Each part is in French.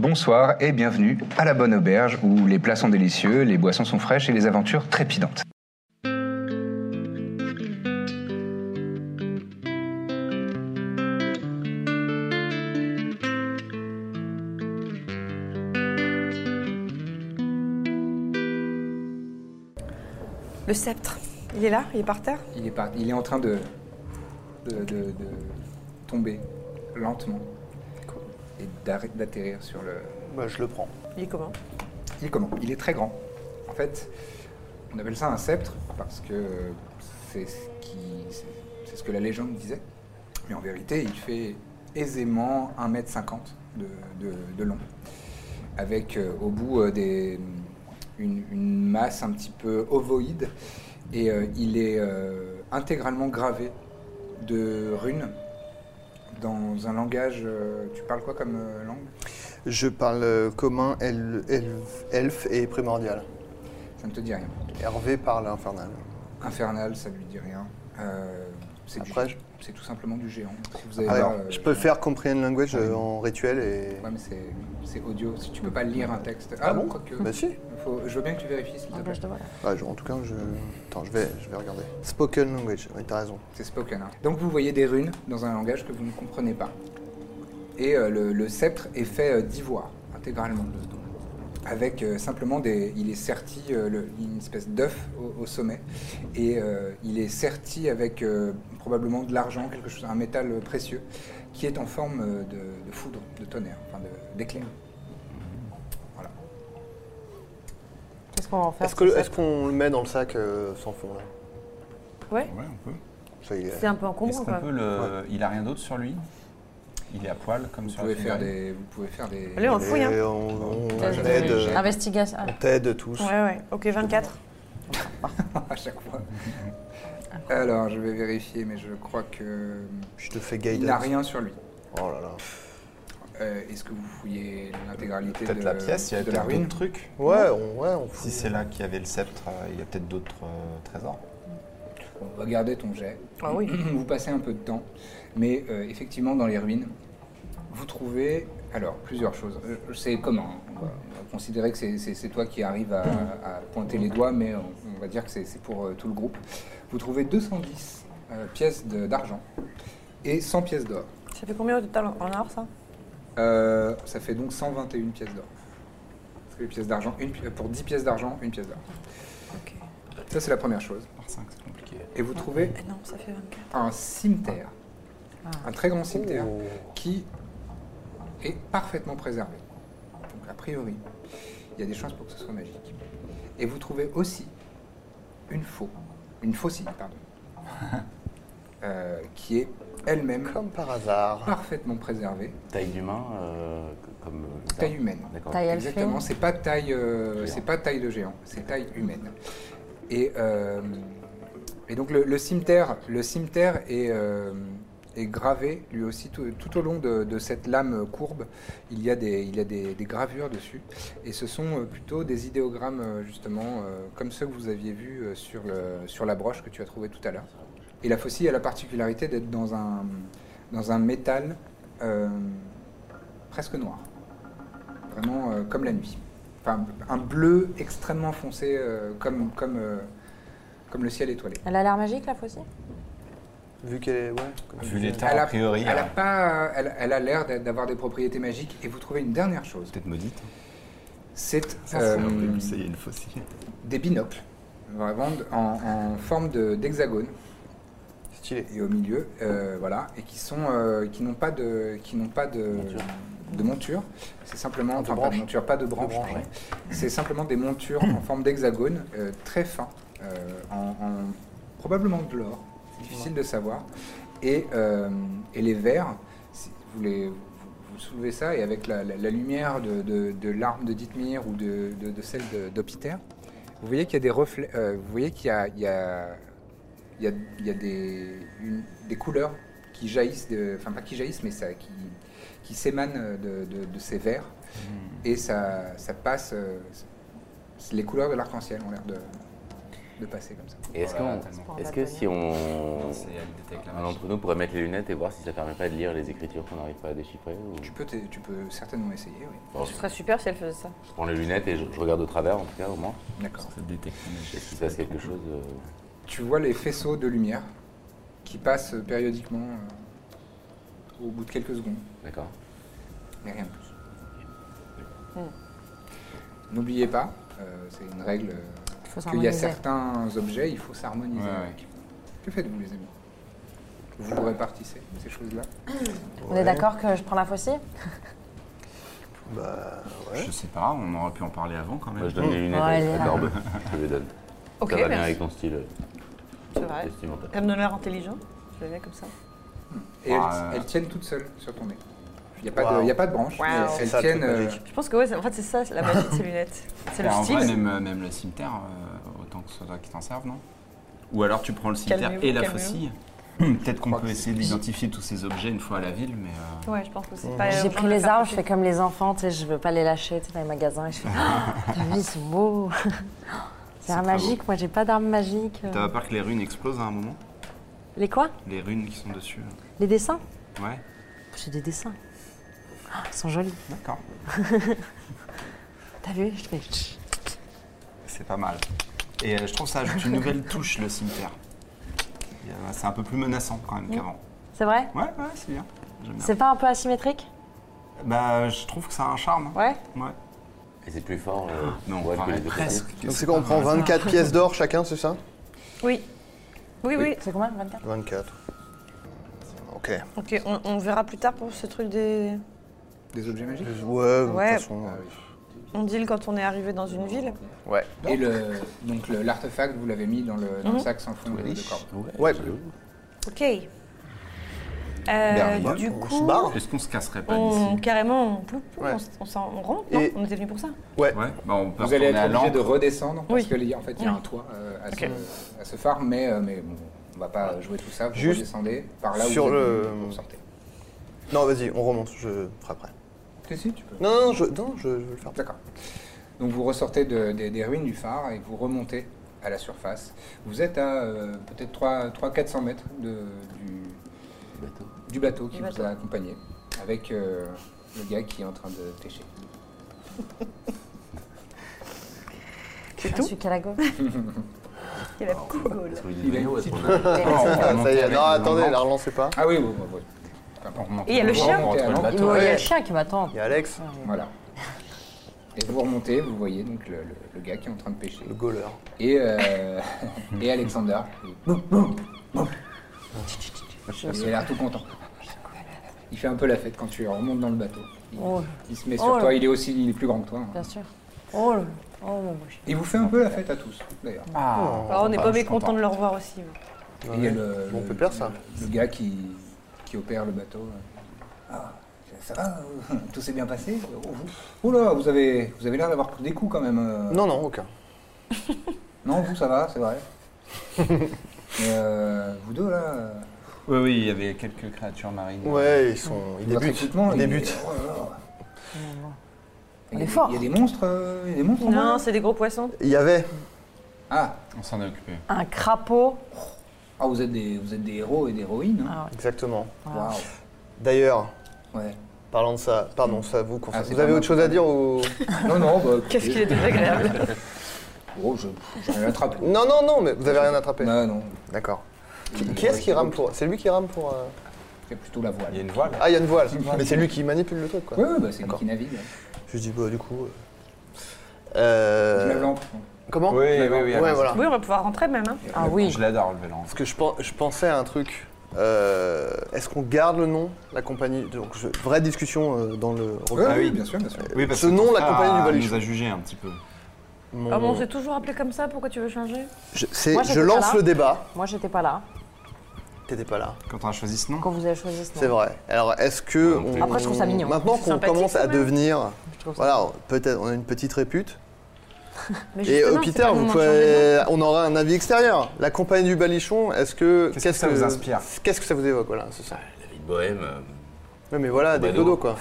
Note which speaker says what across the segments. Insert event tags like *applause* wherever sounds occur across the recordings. Speaker 1: Bonsoir et bienvenue à la Bonne Auberge où les plats sont délicieux, les boissons sont fraîches et les aventures trépidantes.
Speaker 2: Le sceptre, il est là, il est par terre.
Speaker 1: Il est, par- il est en train de, de, de- de tomber lentement et d'arr- d'atterrir sur le.
Speaker 3: Bah, je le prends.
Speaker 2: Il est comment
Speaker 1: Il est comment Il est très grand. En fait, on appelle ça un sceptre parce que c'est ce, qui- c'est- c'est ce que la légende disait. Mais en vérité, il fait aisément 1m50 de, de- de long. Avec euh, au bout euh, des, une, une masse un petit peu ovoïde. Et euh, il est euh, intégralement gravé de runes dans un langage. euh, tu parles quoi comme euh, langue
Speaker 3: Je parle euh, commun, el- elf- elfe et primordial.
Speaker 1: Ça ne te dit rien.
Speaker 3: Hervé parle infernal.
Speaker 1: Infernal, ça lui dit rien. Euh, c'est du-
Speaker 3: Après, je-
Speaker 1: c'est tout simplement du géant. Si vous avez
Speaker 3: Alors,
Speaker 1: pas, euh,
Speaker 3: Ah je peux faire comprehend language euh,
Speaker 1: Ah oui.
Speaker 3: en rituel et.
Speaker 1: Ouais, mais c'est c'est audio. Si tu peux pas lire un texte. Ah,
Speaker 3: bon
Speaker 1: quoique.
Speaker 3: Bah si.
Speaker 1: Faut- Je veux bien que tu vérifies, s'il te plaît.
Speaker 3: Ouais, je- en tout cas, je. Attends, je vais, je vais regarder. Spoken language, oui, t'as raison.
Speaker 1: C'est spoken. hein. Donc vous voyez des runes dans un langage que vous ne comprenez pas. Et euh, le, le sceptre est fait euh, d'ivoire, intégralement. Avec euh, simplement des. Il est serti, euh, le- une espèce d'œuf au, au sommet. Et euh, il est serti avec euh, probablement de l'argent, quelque chose, un métal euh, précieux, qui est en forme euh, de, de foudre, de tonnerre, enfin de- d'éclair. Voilà.
Speaker 2: Qu'est-ce qu'on va en faire
Speaker 3: Est-ce que- est-ce qu'on le met dans le sac euh, sans fond là
Speaker 2: Ouais.
Speaker 4: Ouais, on peut.
Speaker 3: Ça, il est-
Speaker 2: C'est un peu
Speaker 5: Est-ce
Speaker 2: encombrant,
Speaker 5: qu'on
Speaker 2: quoi.
Speaker 5: peut le. Il a rien d'autre sur lui Il est à poil, comme
Speaker 1: Vous
Speaker 5: sur la
Speaker 1: pouvez,
Speaker 5: fille
Speaker 1: faire
Speaker 5: d'Ari.
Speaker 1: des, vous pouvez faire des. *laughs*
Speaker 2: Allez, on le
Speaker 3: Et
Speaker 2: fouille, hein.
Speaker 3: on- on
Speaker 1: Ouais, je-
Speaker 3: t'aide, euh,
Speaker 6: Investigation.
Speaker 3: on t'aide tous.
Speaker 2: Ouais, ouais. Ok, 24.
Speaker 1: à chaque fois. Alors, je vais vérifier, mais je crois que.
Speaker 3: Je te fais
Speaker 1: Il
Speaker 3: guidance.
Speaker 1: n'a rien sur lui.
Speaker 3: Oh là là.
Speaker 1: Euh, Est-ce que vous fouillez l'intégralité de
Speaker 5: Peut-être la pièce, il y a
Speaker 1: de la
Speaker 5: peut-être
Speaker 1: ruine
Speaker 5: d'autres trucs.
Speaker 3: Ouais, on, ouais, on
Speaker 5: Si c'est là qu'il y avait le sceptre, euh, il y a peut-être d'autres euh, trésors.
Speaker 1: On va garder ton jet.
Speaker 2: Ah oui.
Speaker 1: *clears throat* Vous passez un peu de temps, mais euh, effectivement, dans les ruines, vous trouvez alors plusieurs choses. Euh, C'est commun. hein. On, va, on va considérer que c'est- c'est c'est toi qui arrive à, à pointer les doigts, mais on, on va dire que c'est c'est pour euh, tout le groupe. Vous trouvez 210 euh, pièces de- d'argent et 100 pièces d'or.
Speaker 2: Ça fait combien au total en en or, ça
Speaker 1: Euh, ça fait donc 121 pièces d'or. Parce que les pièces d'argent, une pi- pour 10 pièces d'argent, une pièce d'or.
Speaker 2: Ok.
Speaker 1: Ça, c'est la première chose.
Speaker 5: Par 5, c'est compliqué.
Speaker 1: Et vous trouvez
Speaker 4: Ah
Speaker 2: Eh non, ça fait 24.
Speaker 1: un cimetière, un très grand cimetière,
Speaker 3: Oh.
Speaker 1: qui est parfaitement préservé. Donc, a priori, il y a des chances pour que ce soit magique. Et vous trouvez aussi une faux, une faucille, pardon,
Speaker 5: *laughs*
Speaker 1: euh, qui est elle-même
Speaker 3: Comme par hasard.
Speaker 1: parfaitement préservée,
Speaker 7: Taille d'humain, euh, que- comme. euh, bizarre.
Speaker 1: taille humaine.
Speaker 7: D'accord.
Speaker 6: Taille elfée.
Speaker 1: Exactement, c'est pas taille, euh,
Speaker 7: Géant.
Speaker 1: c'est pas taille de géant, c'est taille humaine. Et, euh, et donc le, le cimetière, le cimetière est, euh, est gravé lui aussi tout, tout au long de, de cette lame courbe. Il y a des, il y a des, des gravures dessus, et ce sont euh, plutôt des idéogrammes euh, justement euh, comme ceux que vous aviez vus euh, sur le, sur la broche que tu as trouvée tout à l'heure. Et la faucille a la particularité d'être dans un dans un métal euh, presque noir vraiment euh, comme la nuit. Enfin, un bleu extrêmement foncé, euh, comme, comme, euh, comme le ciel étoilé.
Speaker 6: Elle a l'air magique, la faucille
Speaker 3: Vu qu'elle est. Ouais, comme tu
Speaker 5: Vu
Speaker 3: dis.
Speaker 5: l'état, a, priori, hein.
Speaker 1: elle a
Speaker 5: elle
Speaker 1: pas, euh, elle, elle a l'air d'a- d'avoir des propriétés magiques. Et vous trouvez une dernière chose,
Speaker 5: peut-être maudite.
Speaker 1: c'est
Speaker 5: Euh,
Speaker 1: euh,
Speaker 5: y a une faucille.
Speaker 1: des binocles, vraiment d- en, en forme de- d'hexagone.
Speaker 3: Stylé.
Speaker 1: et au milieu, euh, voilà, et qui sont, euh, qui n'ont pas de, qui n'ont pas de, de monture. C'est simplement,
Speaker 3: De
Speaker 1: enfin pas de
Speaker 3: branches.
Speaker 1: monture, pas de branches.
Speaker 3: branches,
Speaker 1: pardon. C'est simplement des montures en forme d'hexagone, euh, très fin, euh, en, en- probablement de l'or. C'est difficile de savoir. Et, euh, et les verres, si vous les, vous, vous soulevez ça et avec la, la- la lumière de, de- de l'arme de Dithmir ou de, de- de celle de- d'Opiter, vous voyez qu'il y a des reflets, euh, vous voyez qu'il y a, il y a- il y a- il y a des, une- des couleurs qui jaillissent, de- enfin pas qui jaillissent, mais ça, qui, qui s'émanent de, de- de ces verres et ça, ça passe, euh, c'est- les couleurs de l'arc-en-ciel ont l'air de, de passer comme ça.
Speaker 7: Et est-ce
Speaker 5: Voilà,
Speaker 7: qu'on-
Speaker 5: tellement.
Speaker 7: est-ce que si on.
Speaker 5: C'est elle détecte la
Speaker 7: Un
Speaker 5: magie.
Speaker 7: d'entre nous pourrait mettre les lunettes et voir si ça permet pas de lire les écritures qu'on n'arrive pas à déchiffrer ou...
Speaker 1: Tu peux, t'es- tu peux certainement essayer, oui.
Speaker 7: Bon,
Speaker 4: Ce serait super si elle faisait ça.
Speaker 7: Je prends les lunettes et je, je regarde au travers en tout cas au moins.
Speaker 1: D'accord.
Speaker 5: Ça détecte la magie.
Speaker 7: Est-ce qu'il se passe quelque chose euh,
Speaker 1: Tu vois les faisceaux de lumière qui passent périodiquement euh, au bout de quelques secondes,
Speaker 7: D'accord.
Speaker 1: mais rien de plus. N'oubliez pas, euh, c'est une règle, euh,
Speaker 4: Il faut
Speaker 1: qu'il y a certains objets, il faut s'harmoniser.
Speaker 5: Ouais, ouais.
Speaker 1: avec. Que faites-vous les amis Vous vous répartissez ces choses-là
Speaker 4: On est d'accord que je prends la faucille
Speaker 3: Bah ouais.
Speaker 5: Je sais pas, on aurait pu en parler avant quand même. Oh,
Speaker 7: Moi je donne les lunettes
Speaker 4: Ouais,
Speaker 7: à-
Speaker 4: elle est
Speaker 7: à
Speaker 4: là.
Speaker 7: Corbe. Je les donne.
Speaker 4: Ok,
Speaker 7: ça va bien
Speaker 4: merci.
Speaker 7: avec ton style euh,
Speaker 4: C'est vrai.
Speaker 7: vestimentaire.
Speaker 4: Comme donneur intelligent, je le mets comme ça.
Speaker 1: Et elles,
Speaker 5: Ah, ouais.
Speaker 1: elles tiennent toutes seules sur ton nez. Il n'y a, pas de-
Speaker 3: Waouh.
Speaker 1: il y a pas de branche,
Speaker 4: Wow.
Speaker 1: mais
Speaker 4: C'est
Speaker 1: elles
Speaker 3: ça, le truc
Speaker 1: tiennent. euh,
Speaker 3: magique.
Speaker 4: Je pense que ouais, c'est- en fait, c'est ça la magie de ces lunettes. C'est le
Speaker 5: Bah, en
Speaker 4: style.
Speaker 5: vrai, même, même le cimetière, euh, autant que ce soit toi qui t'en serve, non Ou alors tu prends le cimetière
Speaker 4: Calmez-vous,
Speaker 5: et la
Speaker 4: calmez-vous.
Speaker 5: faucille. Hmm, Peut-être qu'on
Speaker 3: crois
Speaker 5: peut
Speaker 3: que
Speaker 5: essayer d'identifier tous ces objets une fois à la ville, mais. euh,
Speaker 4: Ouais, je pense que c'est pas.
Speaker 6: J'ai
Speaker 4: urgent
Speaker 6: pris
Speaker 4: de
Speaker 6: les
Speaker 4: faire
Speaker 6: arbres, je
Speaker 4: sauter.
Speaker 6: fais comme les enfants, tu sais, je veux pas les lâcher, tu sais, dans les magasins. Et
Speaker 4: *laughs*
Speaker 6: je fais, Ah, t'as vu, ils sont beaux. C'est un
Speaker 5: très
Speaker 6: magique, moi, j'ai pas d'armes magiques.
Speaker 5: T'as pas peur que les runes explosent à un moment
Speaker 6: Les quoi
Speaker 5: Les runes qui sont dessus. euh.
Speaker 6: Les dessins
Speaker 5: Ouais,
Speaker 6: J'ai des dessins. Ah, Ils sont jolis.
Speaker 5: d'accord.
Speaker 6: T'as vu Je fais. Chut.
Speaker 5: C'est pas mal. Et euh, je trouve ça ajoute
Speaker 4: *laughs*
Speaker 5: une nouvelle touche, le cimetière. Et, euh, C'est un peu plus menaçant quand
Speaker 4: Mm.
Speaker 5: même qu'avant.
Speaker 6: C'est vrai
Speaker 5: Ouais, ouais, c'est bien. J'aime bien.
Speaker 6: C'est pas un peu asymétrique
Speaker 5: Bah, je trouve que ça a un charme.
Speaker 4: Ouais.
Speaker 5: Ouais.
Speaker 7: Et c'est plus fort euh,
Speaker 5: Ah, Non,
Speaker 7: ouais, que
Speaker 5: pareil,
Speaker 7: les deux
Speaker 5: presque.
Speaker 3: Donc c'est quoi On
Speaker 4: Ah,
Speaker 3: prend 24 pièces d'or chacun, c'est ça
Speaker 4: Oui. Oui, oui.
Speaker 6: C'est combien 24
Speaker 3: 24. Ok.
Speaker 4: Ok, on, on verra plus tard pour ce truc des.
Speaker 1: des objets magiques.
Speaker 3: Ouais, de toute
Speaker 4: Ouais.
Speaker 3: façon. euh,
Speaker 1: Ah oui.
Speaker 4: On deal quand on est arrivé dans une ville.
Speaker 3: Ouais.
Speaker 1: Et le, donc le- l'artefact, vous l'avez mis dans le, dans le sac sans fond de, de corps.
Speaker 3: Ouais.
Speaker 4: Ok. Euh,
Speaker 3: bah,
Speaker 4: du
Speaker 3: on
Speaker 4: coup,
Speaker 3: se barre.
Speaker 5: Est-ce qu'on se casserait pas
Speaker 4: Euh,
Speaker 7: Oh,
Speaker 4: on,
Speaker 5: d'ici
Speaker 4: carrément, on, ploup, ploup,
Speaker 3: Ouais.
Speaker 4: on, s- on, s'en- on rentre. Non,
Speaker 3: Et-
Speaker 4: on était venu pour ça.
Speaker 3: Ouais.
Speaker 5: Ouais, bah, on peut
Speaker 1: Vous allez
Speaker 5: retourner à
Speaker 1: être obligé
Speaker 5: l'encre.
Speaker 1: de redescendre parce
Speaker 4: Oui.
Speaker 1: que qu'il en fait, il y a
Speaker 4: Oui.
Speaker 1: un toit euh, à,
Speaker 4: Ok.
Speaker 1: ce, à ce phare, mais, euh, mais bon, on va pas jouer tout ça. Vous
Speaker 3: Juste
Speaker 1: redescendez par là où
Speaker 3: sur
Speaker 1: vous, êtes
Speaker 3: le-
Speaker 1: venu, vous sortez.
Speaker 3: Non, vas-y, on remonte, je ferai après.
Speaker 1: Si, si, tu peux.
Speaker 3: Non, non, non, je, non, je, je vais le faire.
Speaker 1: D'accord. Donc vous ressortez de- des- des ruines du phare et vous remontez à la surface. Vous êtes à euh, peut-être 300-400 mètres de- du, du bateau qui
Speaker 4: Du
Speaker 1: vous
Speaker 4: bateau.
Speaker 1: a accompagné avec euh, le gars qui est en train de pêcher.
Speaker 4: C'est
Speaker 6: Je
Speaker 4: tout.
Speaker 6: suis Calago.
Speaker 4: Il y a la cool.
Speaker 1: Il a une petite-
Speaker 3: Ah, ça y est, non, attendez, la
Speaker 5: là.
Speaker 3: relancez pas.
Speaker 1: Ah oui, oui, oui. oui.
Speaker 4: Et il y a le
Speaker 1: Vous
Speaker 4: chien.
Speaker 1: remontez à
Speaker 5: Entre le
Speaker 1: l'encre.
Speaker 6: Il
Speaker 5: bateau.
Speaker 6: y a
Speaker 3: ouais.
Speaker 6: le chien qui m'attend.
Speaker 3: Il y a Alex,
Speaker 4: Ah,
Speaker 1: Voilà. Et vous remontez, vous voyez donc le, le- le gars qui est en train de pêcher.
Speaker 3: le goaler.
Speaker 1: Et, euh, *laughs* et Alexander. Il a l'air tout content. Il fait un peu la fête quand tu remontes dans le bateau. Il,
Speaker 6: Oh,
Speaker 1: il se met sur
Speaker 6: Oh.
Speaker 1: toi, il est aussi il est plus grand que toi. hein.
Speaker 6: bien sûr. Oh, là là. oh mon beau chien.
Speaker 1: Il vous fait un peu la fête à tous, d'ailleurs.
Speaker 5: Ah,
Speaker 4: Alors, on n'est
Speaker 5: bah,
Speaker 4: pas
Speaker 5: je suis
Speaker 4: mécontent
Speaker 5: content.
Speaker 4: de le revoir aussi.
Speaker 1: Et il y a le,
Speaker 3: On
Speaker 1: le-
Speaker 3: peut perdre ça.
Speaker 1: le gars qui, qui opère le bateau. Ah, ça va *laughs* euh, Tout s'est bien passé Oh, vous- Oula, vous avez, vous avez l'air d'avoir pris des coups quand même. euh.
Speaker 3: Non, non, aucun.
Speaker 1: Non, vous, ça va, c'est vrai.
Speaker 3: *laughs*
Speaker 1: Mais euh, vous deux, là, euh,
Speaker 5: Oui, oui, il y avait quelques créatures marines.
Speaker 3: Ouais, ils sont. Ils
Speaker 1: votre
Speaker 3: débutent.
Speaker 1: équipement,
Speaker 3: Ils
Speaker 1: il est-
Speaker 3: débutent.
Speaker 1: oh là là. Il
Speaker 6: On
Speaker 1: y a
Speaker 6: est
Speaker 1: des-
Speaker 6: fort.
Speaker 1: Il y a des monstres, euh, il y a des monstres en
Speaker 4: Non,
Speaker 1: bas.
Speaker 4: c'est des gros poissons.
Speaker 3: Il y avait.
Speaker 1: Ah,
Speaker 5: On s'en est occupé.
Speaker 6: Un crapaud.
Speaker 1: ah vous, êtes des, vous êtes des héros et des héroïnes. hein.
Speaker 3: Exactement.
Speaker 4: Ah,
Speaker 1: Waouh.
Speaker 3: D'ailleurs,
Speaker 1: Ouais.
Speaker 3: parlant de ça, pardon, ça vous
Speaker 1: Ah,
Speaker 3: concerne.
Speaker 1: c'est
Speaker 3: vous
Speaker 1: pas
Speaker 3: avez
Speaker 1: moi.
Speaker 3: autre chose à dire ou.
Speaker 1: Non, non, bah,
Speaker 4: *laughs* Qu'est-ce qu'il
Speaker 1: écoutez,
Speaker 4: est désagréable.
Speaker 1: *laughs* Oh, je, je vais l'attraper.
Speaker 3: Non, non, non, mais vous avez rien attrapé.
Speaker 1: Non, non.
Speaker 3: D'accord. Qui,
Speaker 1: Il-
Speaker 3: qui est-ce qui rame pour C'est lui qui rame pour. euh,
Speaker 1: C'est plutôt la voile.
Speaker 5: Il y a une voile.
Speaker 3: Ah, il y a une voile.
Speaker 1: Une voile.
Speaker 3: Mais c'est lui qui manipule le truc, quoi.
Speaker 1: Ouais, ouais, bah, c'est lui
Speaker 3: D'accord.
Speaker 1: qui navigue. hein.
Speaker 3: Je dis, bah, du coup. euh,
Speaker 1: C'est
Speaker 3: Euh...
Speaker 1: la lampe.
Speaker 3: Comment
Speaker 5: Oui, oui, oui,
Speaker 3: Ouais,
Speaker 5: allez-y.
Speaker 3: voilà.
Speaker 4: oui, on va pouvoir rentrer même. Hein.
Speaker 6: Ah oui.
Speaker 5: Je l'adore, le vélan.
Speaker 3: Parce que je, pen- je pensais à un truc. Euh, Est-ce qu'on garde le nom, la compagnie Donc, je- vraie discussion euh, dans le.
Speaker 1: Ouais,
Speaker 5: Ah
Speaker 1: oui,
Speaker 5: oui.
Speaker 1: bien sûr, bien sûr.
Speaker 5: Oui,
Speaker 3: Ce
Speaker 5: que ton
Speaker 3: nom, la
Speaker 5: frère
Speaker 3: compagnie
Speaker 5: a-
Speaker 3: du baluchon.
Speaker 5: Ah, nous a jugé un petit peu.
Speaker 3: Mon-
Speaker 4: Ah bon, on s'est
Speaker 3: Oh.
Speaker 4: toujours appelé comme ça, pourquoi tu veux changer
Speaker 3: je, c'est-
Speaker 6: Moi,
Speaker 3: je
Speaker 6: j'étais pas
Speaker 3: lance
Speaker 6: là.
Speaker 3: le débat.
Speaker 6: Moi, j'étais pas là.
Speaker 3: T'étais pas là.
Speaker 5: Quand on a choisi ce nom,
Speaker 6: Quand vous avez choisi ce nom.
Speaker 3: C'est vrai. Alors, est-ce que.
Speaker 5: Ouais,
Speaker 3: on-
Speaker 6: Après, je trouve ça mignon.
Speaker 3: Maintenant
Speaker 2: C'est
Speaker 3: qu'on
Speaker 2: sympathique,
Speaker 3: commence à
Speaker 2: quand même.
Speaker 3: devenir.
Speaker 6: Je trouve ça-
Speaker 3: Voilà, peut-être on a une petite répute.
Speaker 4: Mais
Speaker 3: Et
Speaker 4: justement,
Speaker 3: euh,
Speaker 4: c'est
Speaker 3: Peter,
Speaker 4: pas le
Speaker 3: vous
Speaker 4: moment de changer de
Speaker 3: pouvez, on aura un avis extérieur. La compagnie du Balichon, est-ce que.
Speaker 5: Qu'est-ce que ça vous inspire
Speaker 3: Qu'est-ce que ça vous évoque Voilà, c'est ça.
Speaker 7: La vie de bohème. euh,
Speaker 3: Ouais, mais voilà, des
Speaker 7: Bah, non.
Speaker 3: dodos quoi.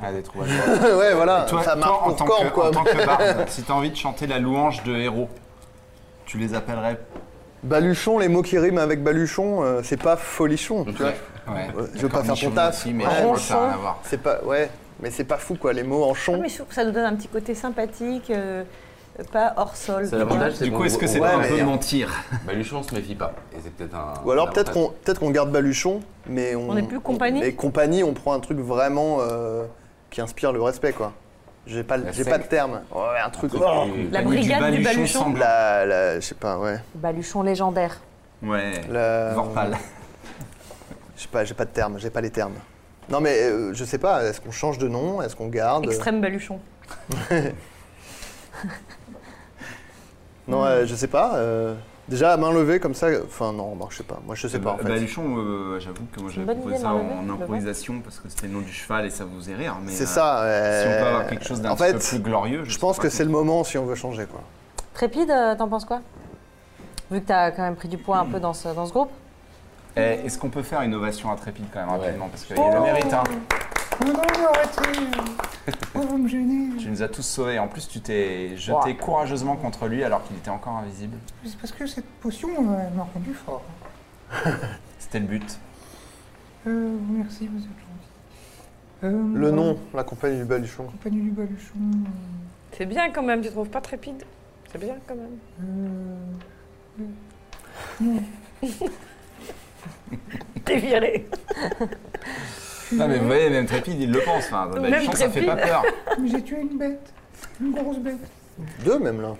Speaker 5: ah, des trouvailles.
Speaker 3: *laughs* ouais, voilà,
Speaker 5: hein. Toi,
Speaker 3: Ah, ça
Speaker 5: toi,
Speaker 3: marche
Speaker 5: en,
Speaker 3: pour
Speaker 5: tant
Speaker 3: corps
Speaker 5: que,
Speaker 3: quoi.
Speaker 5: en tant que barde, si t'as envie de chanter la louange de héros, tu les appellerais.
Speaker 3: *laughs* Baluchon, les mots qui riment avec baluchon, euh, c'est pas folichon, tu vois.
Speaker 5: Ouais.
Speaker 3: Ouais, Euh, je veux pas faire
Speaker 5: Cornichon
Speaker 3: ton taf.
Speaker 5: aussi, mais
Speaker 3: Ouais,
Speaker 5: je crois que
Speaker 3: mais
Speaker 5: ça a rien à voir.
Speaker 3: C'est pas, ouais, mais c'est pas fou quoi, les mots en
Speaker 4: nom.
Speaker 3: chon.
Speaker 4: Ah, mais je trouve que ça nous donne un petit côté sympathique, euh, pas hors sol.
Speaker 7: C'est l'avantage, c'est
Speaker 5: Du
Speaker 7: qu'on-
Speaker 5: coup, est-ce que c'est
Speaker 7: ouais,
Speaker 5: pas un
Speaker 7: mais-
Speaker 5: peu mentir
Speaker 7: Baluchon, on se méfie pas. Et c'est peut-être un.
Speaker 3: Ou
Speaker 5: Bah,
Speaker 3: alors
Speaker 7: un
Speaker 3: peut-être
Speaker 7: avantage.
Speaker 3: qu'on peut-être qu'on garde baluchon, mais on.
Speaker 4: On est plus compagnie
Speaker 3: Mais compagnie, on prend un truc vraiment euh, qui inspire le respect quoi. J'ai pas, le-
Speaker 7: La
Speaker 3: j'ai
Speaker 7: secte.
Speaker 3: pas de terme. Ouais, un truc.
Speaker 7: Un
Speaker 3: Oh,
Speaker 7: truc plus-
Speaker 4: La
Speaker 5: Compagnie
Speaker 4: brigade du Baluchon.
Speaker 5: sanglant.
Speaker 3: la, la- je sais pas, ouais.
Speaker 6: Baluchon légendaire.
Speaker 5: Ouais.
Speaker 3: La,
Speaker 5: Vorpal.
Speaker 3: Je sais pas, j'ai pas de terme, j'ai pas les termes. Non mais euh, je sais pas, est-ce qu'on change de nom, est-ce qu'on garde
Speaker 4: Extrême baluchon.
Speaker 3: Non, euh, je sais pas. euh, déjà à main levée comme ça, enfin non, non, je sais pas. Moi je sais pas en
Speaker 5: Bah,
Speaker 3: fait.
Speaker 5: Baluchon, euh, j'avoue que moi
Speaker 6: une
Speaker 5: j'avais
Speaker 6: bonne
Speaker 5: proposé
Speaker 6: idée,
Speaker 5: ça
Speaker 6: Marvel,
Speaker 5: en
Speaker 6: le vent.
Speaker 5: improvisation parce que c'était le nom du cheval et ça vous faisait rire. mais,
Speaker 3: C'est
Speaker 5: euh,
Speaker 3: ça.
Speaker 5: Si on
Speaker 3: euh,
Speaker 5: peut avoir quelque chose d'un
Speaker 3: en
Speaker 5: petit
Speaker 3: fait,
Speaker 5: peu plus glorieux,
Speaker 3: Je
Speaker 5: sais
Speaker 3: pense
Speaker 5: pas
Speaker 3: que
Speaker 5: quoi.
Speaker 3: c'est le moment si on veut changer quoi.
Speaker 6: Trépide, euh, t'en penses quoi Vu que t'as quand même pris du poids un peu dans ce, dans ce groupe.
Speaker 5: Eh, Est-ce qu'on peut faire une ovation à Trépide quand même
Speaker 7: Ouais.
Speaker 5: rapidement Parce qu'il y
Speaker 6: Oh
Speaker 5: a le mérite. Hein.
Speaker 1: Oh, *laughs*
Speaker 5: Tu nous as tous sauvés. En plus, tu t'es jeté courageusement contre lui alors qu'il était encore invisible.
Speaker 1: C'est parce que cette potion m'a rendu fort.
Speaker 5: C'était le but.
Speaker 1: Euh, merci, vous êtes gentil. Euh,
Speaker 3: Le nom, la compagnie du Baluchon.
Speaker 1: Compagnie du Baluchon.
Speaker 2: C'est bien quand même, tu trouves pas trépide C'est bien quand même.
Speaker 4: *laughs*
Speaker 2: T'es viré.
Speaker 5: Non, mais vous voyez, même Trépide, il le pense. Enfin, bah,
Speaker 2: Même
Speaker 5: Baluchon, ça fait pas
Speaker 2: Trépide.
Speaker 5: peur.
Speaker 1: J'ai tué une bête. Une grosse bête.
Speaker 3: Deux même là.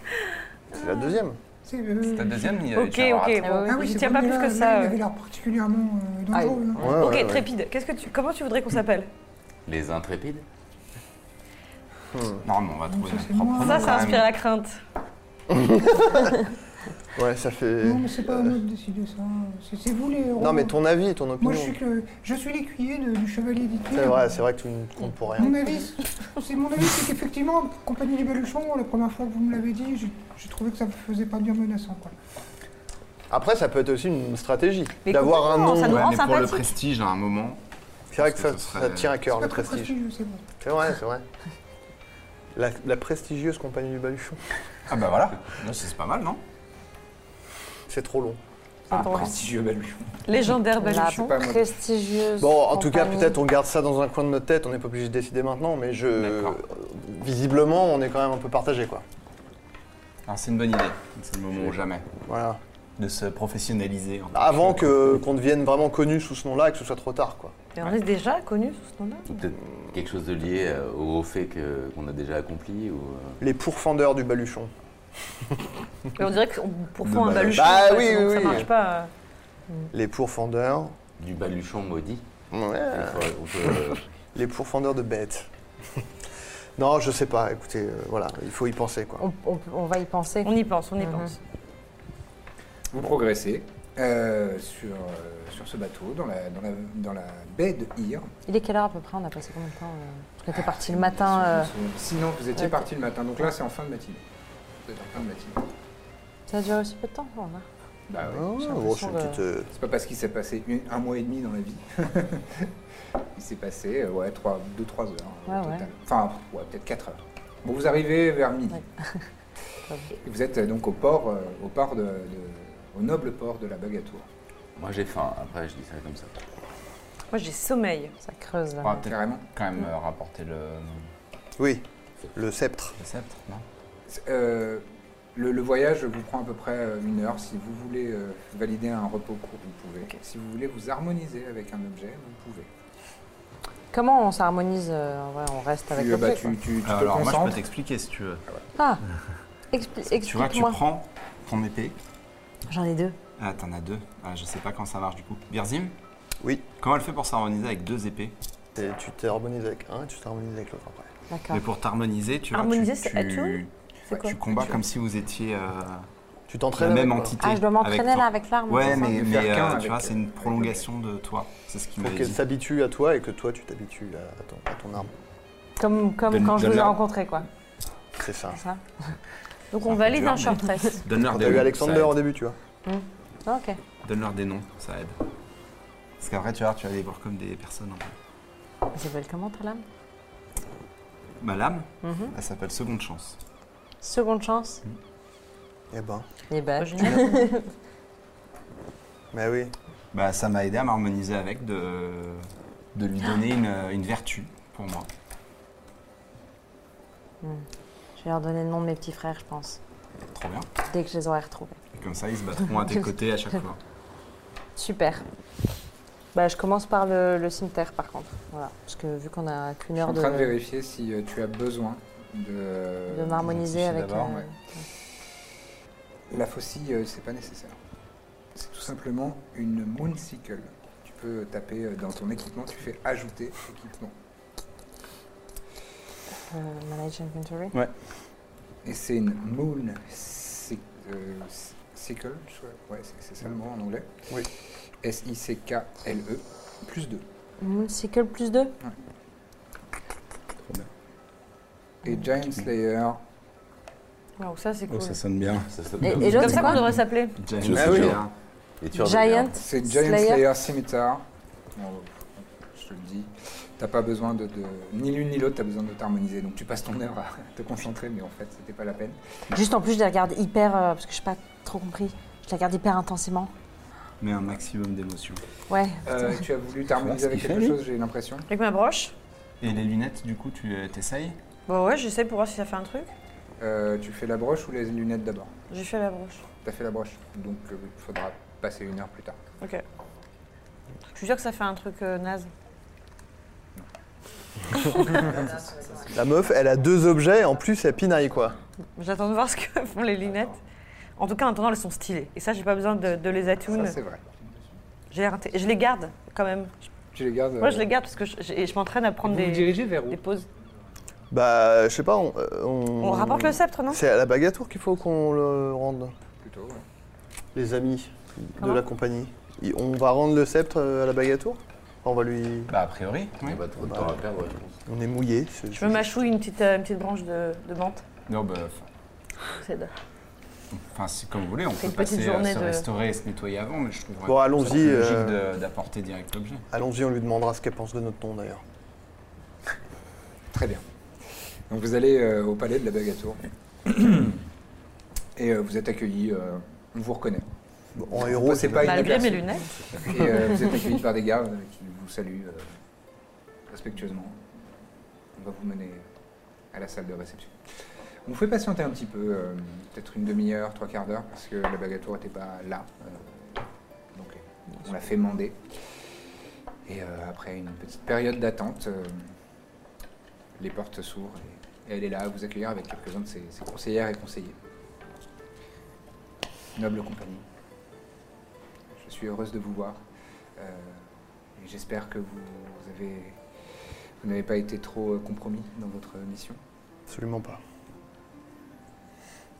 Speaker 3: C'est la deuxième.
Speaker 1: C'est euh,
Speaker 5: C'est ta deuxième, il y avait
Speaker 2: Ok,
Speaker 5: un rat.
Speaker 2: ok, bon,
Speaker 6: Ah
Speaker 2: j'y
Speaker 1: c'est
Speaker 2: tiens
Speaker 1: vrai,
Speaker 2: pas
Speaker 1: mais
Speaker 2: plus
Speaker 1: là,
Speaker 2: que
Speaker 1: là,
Speaker 2: ça.
Speaker 1: Il avait
Speaker 2: euh.
Speaker 1: l'air particulièrement euh,
Speaker 6: Ah,
Speaker 1: dangereux. hein.
Speaker 3: Ouais, ouais,
Speaker 2: Ok,
Speaker 3: ouais.
Speaker 2: trépide, Qu'est-ce que tu, comment tu voudrais qu'on s'appelle
Speaker 7: Les intrépides
Speaker 5: Normalement, ah, on va trouver
Speaker 1: Ça,
Speaker 5: notre
Speaker 1: c'est
Speaker 5: propre
Speaker 1: moi.
Speaker 5: nom
Speaker 2: Ça,
Speaker 1: Ah,
Speaker 5: quand
Speaker 2: ça
Speaker 5: même.
Speaker 2: inspire la crainte.
Speaker 3: Ouais, ça fait.
Speaker 1: Non, mais c'est pas à moi de décider ça. C'est c'est vous les héros.
Speaker 3: Non, mais ton avis, ton
Speaker 1: Moi, je
Speaker 3: opinion.
Speaker 1: suis, que le- je suis l'écuyer de- du chevalier d'Italie.
Speaker 3: C'est vrai, c'est vrai que tu ne comptes pour rien.
Speaker 1: Mon avis, c'est- c'est mon avis, c'est qu'effectivement, compagnie des Baluchons, la première fois que vous me l'avez dit, j'ai- j'ai trouvé que ça me faisait pas bien menaçant. Quoi.
Speaker 3: Après, ça peut être aussi une stratégie
Speaker 4: Mais
Speaker 3: d'avoir un
Speaker 4: complètement, ça
Speaker 3: nom.
Speaker 4: nous-
Speaker 5: Ouais,
Speaker 4: rend
Speaker 5: mais pour le
Speaker 4: sympathique.
Speaker 5: prestige, à un moment,
Speaker 3: C'est vrai que ça,
Speaker 5: Parce que ce
Speaker 3: ça
Speaker 5: serait-
Speaker 3: tient à cœur le
Speaker 1: Pas très
Speaker 3: prestige.
Speaker 1: prestigieux, c'est bon.
Speaker 3: C'est vrai, c'est vrai. La, la prestigieuse compagnie du Baluchon.
Speaker 5: Ah bah voilà, Là, c'est c'est pas mal, non
Speaker 3: C'est trop long.
Speaker 5: Ah,
Speaker 6: pense
Speaker 5: prestigieux Baluchon.
Speaker 4: Légendaire
Speaker 6: La
Speaker 4: baluchon.
Speaker 1: pas moi.
Speaker 6: prestigieuse.
Speaker 3: Bon, en tout cas,
Speaker 6: compagnie.
Speaker 3: peut-être on garde ça dans un coin de notre tête. On n'est pas obligé de décider maintenant, mais je.
Speaker 5: D'accord.
Speaker 3: Visiblement, on est quand même un peu partagé, quoi.
Speaker 5: Alors Ah, c'est une bonne idée, c'est le moment ou jamais
Speaker 3: Voilà.
Speaker 5: de se professionnaliser. en tant
Speaker 3: Avant que qu'on devienne vraiment connu sous ce nom-là et que ce soit trop tard, quoi.
Speaker 4: Mais on est déjà connu sous ce nom-là.
Speaker 7: Ou peut-être quelque chose de lié euh, au fait que- qu'on a déjà accompli ou, euh,
Speaker 3: Les pourfendeurs du baluchon.
Speaker 4: Mais on dirait qu'on pourfend un
Speaker 5: Bah,
Speaker 4: baluchon.
Speaker 3: bah
Speaker 4: en fait,
Speaker 3: oui,
Speaker 4: donc
Speaker 3: oui,
Speaker 4: Ça
Speaker 3: oui.
Speaker 4: marche pas. euh.
Speaker 3: Les pourfendeurs.
Speaker 7: du baluchon maudit.
Speaker 3: Ouais.
Speaker 7: Il faudrait- on peut,
Speaker 5: *laughs*
Speaker 7: euh,
Speaker 3: Les pourfendeurs de bêtes. *laughs* non, je sais pas. Écoutez, euh, voilà, il faut y penser, quoi.
Speaker 6: On, on- on va y penser.
Speaker 4: On y pense, on y pense.
Speaker 1: Vous progressez euh, sur, euh, sur ce bateau, dans la, dans la, dans la baie de Hyre.
Speaker 6: Il est quelle heure à peu près On a passé combien de temps euh, Parce que t'es parti le matin. euh,
Speaker 1: Sinon, vous étiez
Speaker 6: ouais.
Speaker 1: parti le matin, donc là, c'est en fin de matinée. Vous êtes en fin de matinée.
Speaker 6: Ça a duré aussi peu de temps. hein. on a-
Speaker 1: Bah ouais,
Speaker 3: Oh,
Speaker 1: c'est un peu
Speaker 3: bon, c'est une
Speaker 6: de-
Speaker 3: petite. euh,
Speaker 1: C'est pas parce qu'il s'est passé une- un mois et demi dans la vie. *laughs* Il s'est passé, euh, ouais, 2-3 heures euh,
Speaker 2: Ah
Speaker 6: Ouais,
Speaker 1: au
Speaker 6: ouais.
Speaker 1: total. Enfin, ouais, peut-être 4 heures. Bon, vous arrivez vers midi. Et vous êtes euh, donc au port, euh, au port de, de- au noble port de la Bagatour.
Speaker 7: moi j'ai faim, après je dis ça comme ça.
Speaker 4: Moi, j'ai sommeil.
Speaker 6: Ça creuse là.
Speaker 5: On va peut-être
Speaker 1: Carrément.
Speaker 5: quand même euh, rapporter le,
Speaker 3: Oui, le sceptre.
Speaker 5: le sceptre, non
Speaker 1: C'est- euh, le, le voyage vous prend à peu près euh, une heure. Si vous voulez euh, valider un repos court, vous pouvez. Si vous voulez vous harmoniser avec un objet, vous pouvez.
Speaker 6: Comment on s'harmonise euh, en vrai, On reste avec
Speaker 1: Tu, euh,
Speaker 6: l'objet,
Speaker 1: bah,
Speaker 6: quoi.
Speaker 1: tu, tu- tu te
Speaker 5: Alors moi je peux
Speaker 1: concentres.
Speaker 5: t'expliquer si tu veux.
Speaker 6: Ah Expli-
Speaker 5: Tu vois, tu
Speaker 6: Explique-moi.
Speaker 5: prends ton épée.
Speaker 6: J'en ai deux.
Speaker 5: Ah, t'en as deux. Ah, je sais pas quand ça marche du coup. Birzim
Speaker 3: Oui.
Speaker 5: Comment elle fait pour s'harmoniser avec deux épées
Speaker 3: Et tu t'harmonises avec un et tu t'harmonises avec l'autre après.
Speaker 6: D'accord.
Speaker 5: Mais pour t'harmoniser, tu vois,
Speaker 4: Harmoniser,
Speaker 5: tu,
Speaker 4: c'est- ah, tu vois
Speaker 5: tu,
Speaker 4: C'est quoi
Speaker 5: tu combats comme si vous étiez... euh,
Speaker 3: Tu Tu
Speaker 5: la
Speaker 3: t'entraînes
Speaker 5: même
Speaker 3: avec,
Speaker 5: entité.
Speaker 6: Ah, je dois
Speaker 5: avec
Speaker 6: m'entraîner
Speaker 5: toi.
Speaker 6: là avec l'arme.
Speaker 5: Ouais,
Speaker 6: c'est ça
Speaker 5: mais,
Speaker 1: De
Speaker 5: mais,
Speaker 1: faire
Speaker 5: euh,
Speaker 1: qu'un
Speaker 5: tu
Speaker 1: avec-
Speaker 5: vois, c'est une
Speaker 1: avec-
Speaker 5: prolongation de toi. C'est ce qui
Speaker 3: quoi.
Speaker 5: m'a
Speaker 3: Pour qu'elle
Speaker 5: dit.
Speaker 3: s'habitue à toi et que toi, tu t'habitues à, à ton, à ton arme.
Speaker 4: Comme, comme
Speaker 5: Donne-
Speaker 4: quand je vous ai
Speaker 5: donne-leur.
Speaker 4: rencontré, quoi.
Speaker 3: C'est ça.
Speaker 6: C'est ça.
Speaker 4: Donc
Speaker 5: C'est un
Speaker 4: on
Speaker 5: peu
Speaker 4: valide
Speaker 5: dur,
Speaker 4: un
Speaker 5: mais-
Speaker 6: *laughs*
Speaker 4: short rest.
Speaker 5: Donne-leur
Speaker 3: T'as
Speaker 5: des
Speaker 3: eu
Speaker 5: noms,
Speaker 3: Alexander
Speaker 5: ça
Speaker 3: au
Speaker 5: aide.
Speaker 3: début, tu vois.
Speaker 6: Ah, ok.
Speaker 5: Donne-leur des noms, ça aide. Parce qu'après, tu vois, tu vas les voir comme des personnes. en fait.
Speaker 6: Elle s'appelle comment ta lame
Speaker 5: Ma lame,
Speaker 6: Mhm.
Speaker 5: elle s'appelle Seconde Chance.
Speaker 6: Seconde chance.
Speaker 5: Mm.
Speaker 3: Eh ben.
Speaker 6: Et ben,
Speaker 3: Mais oui.
Speaker 5: Bah, ça m'a aidé à m'harmoniser avec, de, de lui donner une, une vertu pour moi.
Speaker 6: je vais leur donner le nom de mes petits frères, je pense,
Speaker 5: Trop bien.
Speaker 6: dès que je les aurai retrouvés.
Speaker 5: Et comme ça, ils se battront à tes côtés à chaque fois.
Speaker 6: Super. Bah, je commence par le, le cimetière, par contre. Voilà, parce que vu qu'on a qu'une
Speaker 1: Je suis
Speaker 6: heure
Speaker 1: en
Speaker 6: de,
Speaker 1: train de vérifier si euh, tu as besoin de,
Speaker 6: de m'harmoniser
Speaker 5: Identifier
Speaker 6: avec.
Speaker 5: d'abord,
Speaker 6: euh,
Speaker 1: ouais. La faucille, euh, c'est pas nécessaire. C'est tout simplement une moonsicle. Tu peux taper euh, dans ton équipement, tu fais ajouter équipement.
Speaker 6: euh, manage inventory.
Speaker 1: Et c'est une moonsicle. Sickle, je crois. ouais, c'est- c'est ça le mot en anglais.
Speaker 3: Oui.
Speaker 1: S-I-C-K-L-E, E, plus 2.
Speaker 6: Moonsicle plus 2
Speaker 1: Et Giant Slayer,
Speaker 4: Waouh, ça
Speaker 6: Oh,
Speaker 4: c'est cool.
Speaker 5: sonne bien.
Speaker 7: Ça, ça peut-
Speaker 6: Et, et
Speaker 4: comme
Speaker 6: l'autre, c'est
Speaker 4: ça qu'on
Speaker 6: quoi
Speaker 4: devrait s'appeler.
Speaker 5: James
Speaker 3: Ah oui.
Speaker 5: Slayer.
Speaker 7: Et tu redeviens-
Speaker 6: Giant
Speaker 1: c'est Giant
Speaker 6: Slayer.
Speaker 1: Slayer, Scimitar. Bon, je te le dis, t'as pas besoin de. de- ni l'une ni l'autre, t'as besoin de t'harmoniser. Donc tu passes ton heure à *laughs* te concentrer, mais en fait, c'était pas la peine.
Speaker 6: Juste en plus, je les regarde hyper. euh, parce que je n'ai pas trop compris. Je les regarde hyper intensément.
Speaker 5: Mais un maximum d'émotions.
Speaker 6: Ouais.
Speaker 1: Euh, tu as voulu t'harmoniser
Speaker 5: ce
Speaker 1: avec
Speaker 5: qu'il
Speaker 1: quelque
Speaker 5: fait, lui
Speaker 1: chose, j'ai l'impression.
Speaker 2: Avec ma broche.
Speaker 5: Et les lunettes, du coup, tu euh, t'essayes
Speaker 2: Bon ouais, j'essaie pour voir si ça fait un truc.
Speaker 1: Euh, tu fais la broche ou les lunettes d'abord
Speaker 2: J'ai fait la broche.
Speaker 1: T'as fait la broche, donc euh, il faudra passer une heure plus tard.
Speaker 2: Ok. Je suis sûre que ça fait un truc euh, naze.
Speaker 3: La meuf, elle a deux objets et en plus, elle pinaille, quoi.
Speaker 2: J'attends de voir *laughs* ce que font les lunettes. En tout cas, en attendant, elles sont stylées. Et ça, j'ai pas besoin de, de les attune.
Speaker 1: Ça, c'est vrai.
Speaker 2: J'ai raté. Je les garde quand même.
Speaker 1: Tu les gardes.
Speaker 2: Moi, je les garde parce que je, j'ai- je m'entraîne à prendre
Speaker 1: Vous vous
Speaker 2: des,
Speaker 1: dirigez vers où
Speaker 2: des pauses.
Speaker 3: Bah, je sais pas, on. euh,
Speaker 2: On rapporte le sceptre, non
Speaker 3: C'est à la bague à tour qu'il faut qu'on le rende,
Speaker 1: Plutôt, ouais.
Speaker 3: les amis
Speaker 2: Comment
Speaker 3: de la compagnie. Et On va rendre le sceptre euh, à la bague à tour On va lui.
Speaker 5: Bah, a priori.
Speaker 7: Il
Speaker 5: Oui.
Speaker 7: n'y a pas trop de temps à perdre, ouais, je pense.
Speaker 3: On est mouillé. c'est-
Speaker 2: Je me mâchouille une petite, euh, une petite branche de, de menthe.
Speaker 5: Non, bah, enfin,
Speaker 2: C'est de-
Speaker 5: enfin, c'est comme vous voulez, on
Speaker 2: C'est
Speaker 5: peut
Speaker 2: une petite
Speaker 5: passer, euh,
Speaker 2: journée
Speaker 5: se
Speaker 2: de-
Speaker 5: restaurer et se nettoyer avant, mais je trouverais
Speaker 3: Bon, allons-y,
Speaker 5: ça plus logique
Speaker 3: euh,
Speaker 5: de- d'apporter direct l'objet.
Speaker 3: Allons-y, on lui demandera ce qu'elle pense de notre nom d'ailleurs.
Speaker 1: Très bien. Donc vous allez euh, au palais de la Bague à Tour. Et euh, vous êtes accueillis. euh, on vous reconnaît.
Speaker 3: Bon, en héros,
Speaker 1: passez
Speaker 3: c'est
Speaker 1: pas
Speaker 3: pas.
Speaker 2: Malgré mes
Speaker 1: inaperçu.
Speaker 2: lunettes.
Speaker 1: Et euh, vous êtes accueillis par des gardes euh, qui vous saluent euh, respectueusement. On va vous mener euh, à la salle de réception. On vous fait patienter un petit peu, euh, peut-être une demi-heure, trois quarts d'heure, parce que la bague à tour n'était pas là. euh, donc euh, on l'a fait mander. Et euh, après une petite période d'attente, euh, les portes s'ouvrent et, et elle est là à vous accueillir avec quelques-uns de ses, ses conseillères et conseillers. Noble compagnie. Je suis heureuse de vous voir. Euh, et J'espère que vous, avez, vous n'avez pas été trop euh, compromis dans votre mission.
Speaker 3: Absolument pas.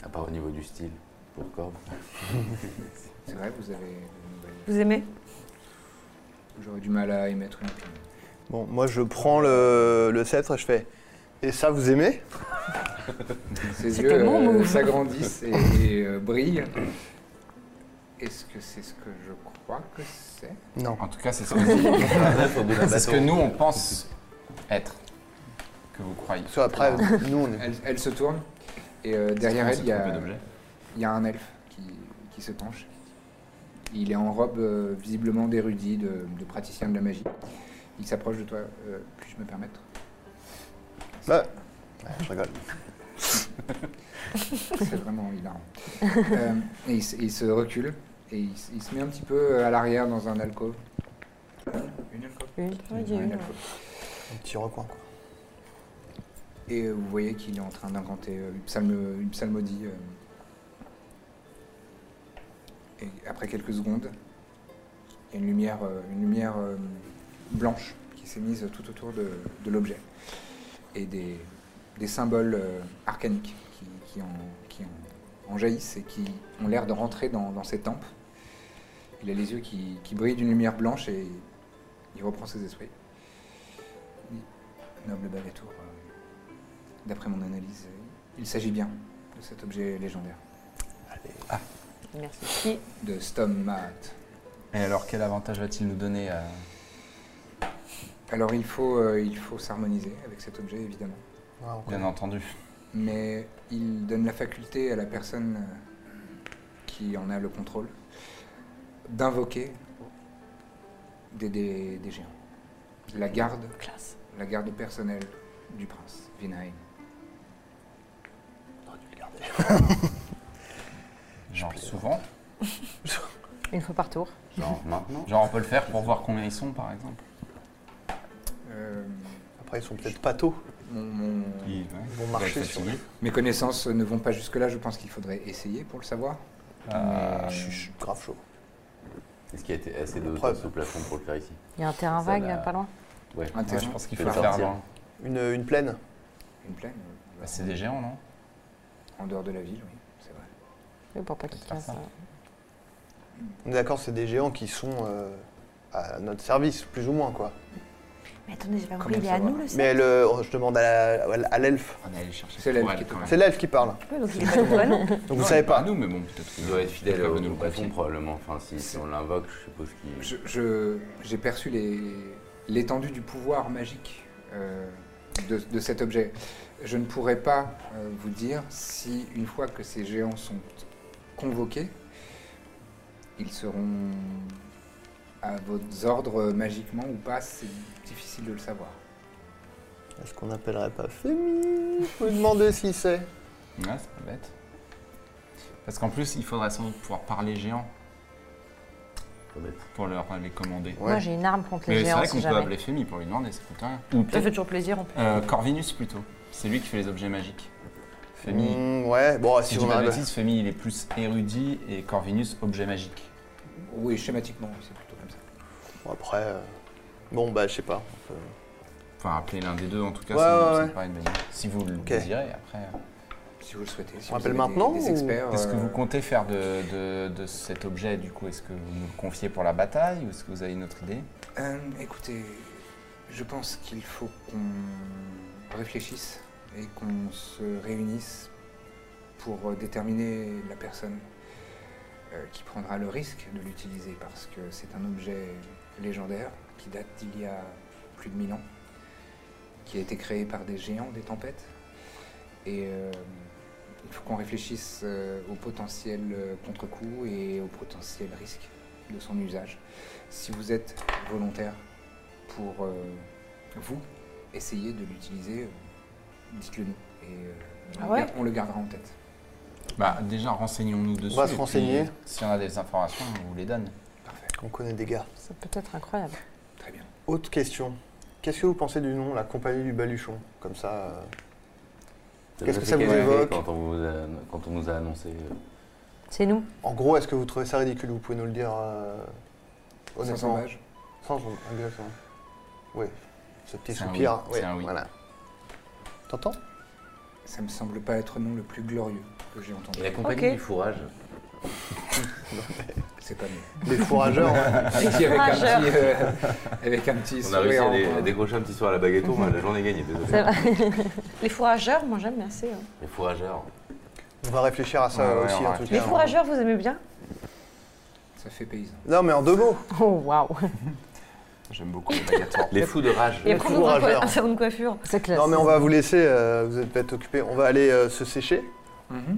Speaker 7: À part au niveau du style, pour Corbe.
Speaker 1: C'est vrai, vous avez. vous avez-
Speaker 2: Vous aimez
Speaker 1: J'aurais du mal à émettre une opinion.
Speaker 3: Bon, moi je prends le, le sceptre et je fais. Et ça, vous aimez
Speaker 1: Ses
Speaker 2: C'était
Speaker 1: yeux
Speaker 2: mon
Speaker 1: euh,
Speaker 2: mot.
Speaker 1: s'agrandissent et, et, euh, brillent. Est-ce que c'est ce que je crois que c'est
Speaker 3: Non.
Speaker 5: En tout cas,
Speaker 7: *laughs*
Speaker 5: c'est ce que, *laughs* c'est ce que nous, on pense être, que vous croyez.
Speaker 3: Parce que après, *laughs* nous on est.
Speaker 1: elle, elle se tourne et euh, derrière
Speaker 5: Parce
Speaker 1: elle,
Speaker 5: qu'on
Speaker 1: il y,
Speaker 5: s'est trompé
Speaker 1: a-
Speaker 5: d'objet.
Speaker 1: il y a un elfe qui, qui se penche. Il est en robe euh, visiblement d'érudit, de, de praticien de la magie. Il s'approche de toi. Euh, Puis-je me permettre
Speaker 3: Bah, je rigole.
Speaker 1: C'est vraiment hilarant. Euh, et il, se- il se recule et il, se- il se met un petit peu euh, à l'arrière dans un alcôve. Une alcôve
Speaker 6: Une.
Speaker 2: Oui, il y a
Speaker 1: Ouais, une
Speaker 2: eu,
Speaker 1: alcôve.
Speaker 3: Un petit recoin quoi.
Speaker 1: Et euh, vous voyez qu'il est en train d'incanter euh, une, psalme- une psalmodie. euh. Et après quelques secondes, il y a une lumière, euh, une lumière euh, blanche qui s'est mise tout autour de, de l'objet. Et des, des symboles euh, arcaniques qui, qui en, qui en en jaillissent et qui ont l'air de rentrer dans, dans ses tempes. Il a les yeux qui, qui brillent d'une lumière blanche et il reprend ses esprits. Il dit, Noble Bavatour, euh, d'après mon analyse, euh, il s'agit bien de cet objet légendaire,
Speaker 6: Merci. Qui
Speaker 1: de Stommat.
Speaker 5: Et alors, quel avantage va-t-il nous donner euh,
Speaker 1: Alors il faut, euh, il faut s'harmoniser avec cet objet, évidemment.
Speaker 3: Ouais, on connaît.
Speaker 5: Bien entendu.
Speaker 1: mais il donne la faculté à la personne euh, qui en a le contrôle d'invoquer des, des- des géants. La garde, la garde personnelle du prince Vinaïn.
Speaker 5: Genre souvent.
Speaker 6: Une fois par tour.
Speaker 7: Genre maintenant
Speaker 5: Genre, on peut le faire pour voir combien ils sont, par exemple.
Speaker 1: Euh,
Speaker 3: Après, ils sont peut-être pas tôt.
Speaker 1: mon- mon-
Speaker 5: Ils
Speaker 3: Ils vont marcher sur lui.
Speaker 1: mes connaissances ne vont pas jusque-là, je pense qu'il faudrait essayer pour le savoir.
Speaker 3: Je suis- je suis grave chaud.
Speaker 7: Est-ce qu'il y a été assez de hauteur
Speaker 3: Preuve.
Speaker 7: sous plafond pour le faire ici
Speaker 6: Il y a un terrain
Speaker 7: Ça,
Speaker 6: vague,
Speaker 7: là.
Speaker 6: là, pas loin.
Speaker 7: Ouais.
Speaker 1: Un terrain,
Speaker 5: je pense qu'il
Speaker 7: faut
Speaker 5: faut
Speaker 7: le
Speaker 5: le
Speaker 7: faire
Speaker 5: faire
Speaker 7: sortir.
Speaker 5: loin.
Speaker 3: Une, une plaine
Speaker 1: une plaine, euh,
Speaker 7: Ah,
Speaker 5: Bah, c'est des géants, non
Speaker 1: en dehors de la ville, oui, c'est vrai.
Speaker 6: Oui, pour pas qu'il
Speaker 5: Faire
Speaker 6: casse.
Speaker 5: ça.
Speaker 6: euh.
Speaker 3: On est d'accord, c'est des géants qui sont euh, à notre service, plus ou moins, quoi.
Speaker 4: Mais attendez, j'ai pas
Speaker 1: Comment
Speaker 4: compris, il est
Speaker 1: ça
Speaker 4: à
Speaker 1: va
Speaker 4: nous le
Speaker 3: Mais
Speaker 4: set
Speaker 3: le, oh, je demande à la- à l'elfe.
Speaker 5: On allait chercher.
Speaker 1: C'est la vie qui est
Speaker 3: C'est l'elfe qui parle.
Speaker 4: Ouais, Donc il est pas nous, à nous.
Speaker 3: Donc vous savez pas.
Speaker 5: nous, mais bon, peut-être.
Speaker 7: Il doit être fidèle au, au plafond,
Speaker 5: plafond.
Speaker 7: probablement. Enfin, si, si on l'invoque, je suppose qu'il.
Speaker 1: Je- je- J'ai perçu les- l'étendue du pouvoir magique euh, de, de cet objet. Je ne pourrais pas euh, vous dire si, une fois que ces géants sont convoqués, ils seront à vos ordres euh, magiquement ou pas. C'est difficile de le savoir.
Speaker 3: Est-ce qu'on appellerait pas Femi Vous demander si c'est.
Speaker 5: Ouais, c'est pas bête. Parce qu'en plus, il faudrait sans doute pouvoir parler géant
Speaker 7: Pas bête.
Speaker 5: pour leur les commander.
Speaker 3: Ouais.
Speaker 6: Moi, j'ai une arme contre
Speaker 5: Mais
Speaker 6: les
Speaker 5: c'est
Speaker 6: géants.
Speaker 5: vrai
Speaker 6: si
Speaker 5: qu'on peut
Speaker 6: jamais.
Speaker 5: appeler Femi pour lui demander, ça coûte rien. Ou
Speaker 2: Ça
Speaker 5: peut-être
Speaker 2: fait toujours plaisir. On peut...
Speaker 5: euh, Corvinus plutôt. C'est lui qui fait les objets magiques. Femi.
Speaker 3: Mm, ouais, bon, si,
Speaker 5: Si je dis
Speaker 3: on
Speaker 5: pas de
Speaker 3: arrive.
Speaker 5: bêtises, Femi il est plus érudit et Corvinus objet magique.
Speaker 1: Oui, schématiquement, c'est plutôt comme ça.
Speaker 3: Bon, après. euh, Bon, bah, je sais pas. on peut-
Speaker 5: Enfin, appelez l'un des deux en tout cas,
Speaker 3: Ouais,
Speaker 5: ça,
Speaker 3: ouais,
Speaker 5: ça
Speaker 3: ouais.
Speaker 5: me paraît une bonne idée. Si vous le
Speaker 3: Ok.
Speaker 5: désirez, après. euh,
Speaker 1: Si vous le souhaitez. Si
Speaker 3: On
Speaker 1: vous
Speaker 3: appelle
Speaker 1: avez
Speaker 3: maintenant
Speaker 1: des, des
Speaker 3: ou-
Speaker 1: experts.
Speaker 5: Qu'est-ce que
Speaker 1: euh,
Speaker 5: vous comptez faire de, de- de cet objet du coup Est-ce que vous nous le confiez pour la bataille ou est-ce que vous avez une autre idée
Speaker 1: Euh, écoutez, je pense qu'il faut qu'on réfléchisse et qu'on se réunisse pour déterminer la personne euh, qui prendra le risque de l'utiliser parce que c'est un objet légendaire qui date d'il y a plus de 1000 ans, qui a été créé par des géants des tempêtes. Et euh, il faut qu'on réfléchisse euh, au potentiel euh, contre-coup et au potentiel risque de son usage. Si vous êtes volontaire pour euh, vous essayer de l'utiliser, euh, dites-le nous. Et euh,
Speaker 2: Ah
Speaker 1: on
Speaker 2: ouais
Speaker 1: le gar- on le gardera en tête.
Speaker 5: Bah déjà renseignons-nous dessus.
Speaker 3: va se
Speaker 5: et puis,
Speaker 3: renseigner.
Speaker 5: Si on a des informations, on vous les donne.
Speaker 1: Parfait,
Speaker 3: On connaît des gars.
Speaker 6: Ça peut être incroyable.
Speaker 1: très bien.
Speaker 3: Autre question. Qu'est-ce que vous pensez du nom, la compagnie du baluchon Comme ça. euh, Qu'est-ce que ça vous
Speaker 7: Ouais.
Speaker 3: évoque
Speaker 7: quand on, vous a- quand on nous a annoncé. euh,
Speaker 6: C'est nous.
Speaker 3: En gros, est-ce que vous trouvez ça ridicule Vous pouvez nous le dire euh,
Speaker 1: Sans
Speaker 3: honnêtement.
Speaker 1: embâche.
Speaker 3: Sans embâche, exactement. Oui, ce petit
Speaker 5: C'est un
Speaker 3: soupir.
Speaker 5: oui, c'est un oui.
Speaker 3: Voilà. T'entends
Speaker 1: Ça me semble pas être le nom le plus glorieux que j'ai entendu.
Speaker 7: Et la compagnie
Speaker 2: Ok.
Speaker 7: du fourrage.
Speaker 1: C'est pas mieux.
Speaker 3: Les fourrageurs.
Speaker 5: *laughs*
Speaker 3: hein.
Speaker 1: Et qui, avec, un petit, euh, avec un petit
Speaker 7: On a réussi
Speaker 1: sourire hein.
Speaker 7: à,
Speaker 1: en
Speaker 7: dé-
Speaker 1: coin.
Speaker 7: à décrocher un petit soir à la baguette, on a la journée gagnée. Désolé.
Speaker 6: C'est vrai.
Speaker 4: Les fourrageurs, moi j'aime assez. hein.
Speaker 7: Les fourrageurs.
Speaker 3: On va réfléchir à ça
Speaker 5: Ouais, ouais,
Speaker 3: aussi,
Speaker 5: on
Speaker 3: un
Speaker 5: va
Speaker 3: truc.
Speaker 4: Les
Speaker 3: hein.
Speaker 4: fourrageurs, vous aimez bien
Speaker 7: euh,
Speaker 1: Ça fait paysan.
Speaker 3: Non, mais en deux mots.
Speaker 6: Oh, waouh.
Speaker 5: J'aime beaucoup les *laughs* baguettes.
Speaker 7: Les fous de rage.
Speaker 4: Et
Speaker 3: Les
Speaker 4: après, on
Speaker 3: fourrageurs.
Speaker 4: un salon de coiffure.
Speaker 6: C'est classe.
Speaker 3: Non, mais on va vous laisser. euh, vous êtes peut-être occupés. On va aller euh, se sécher,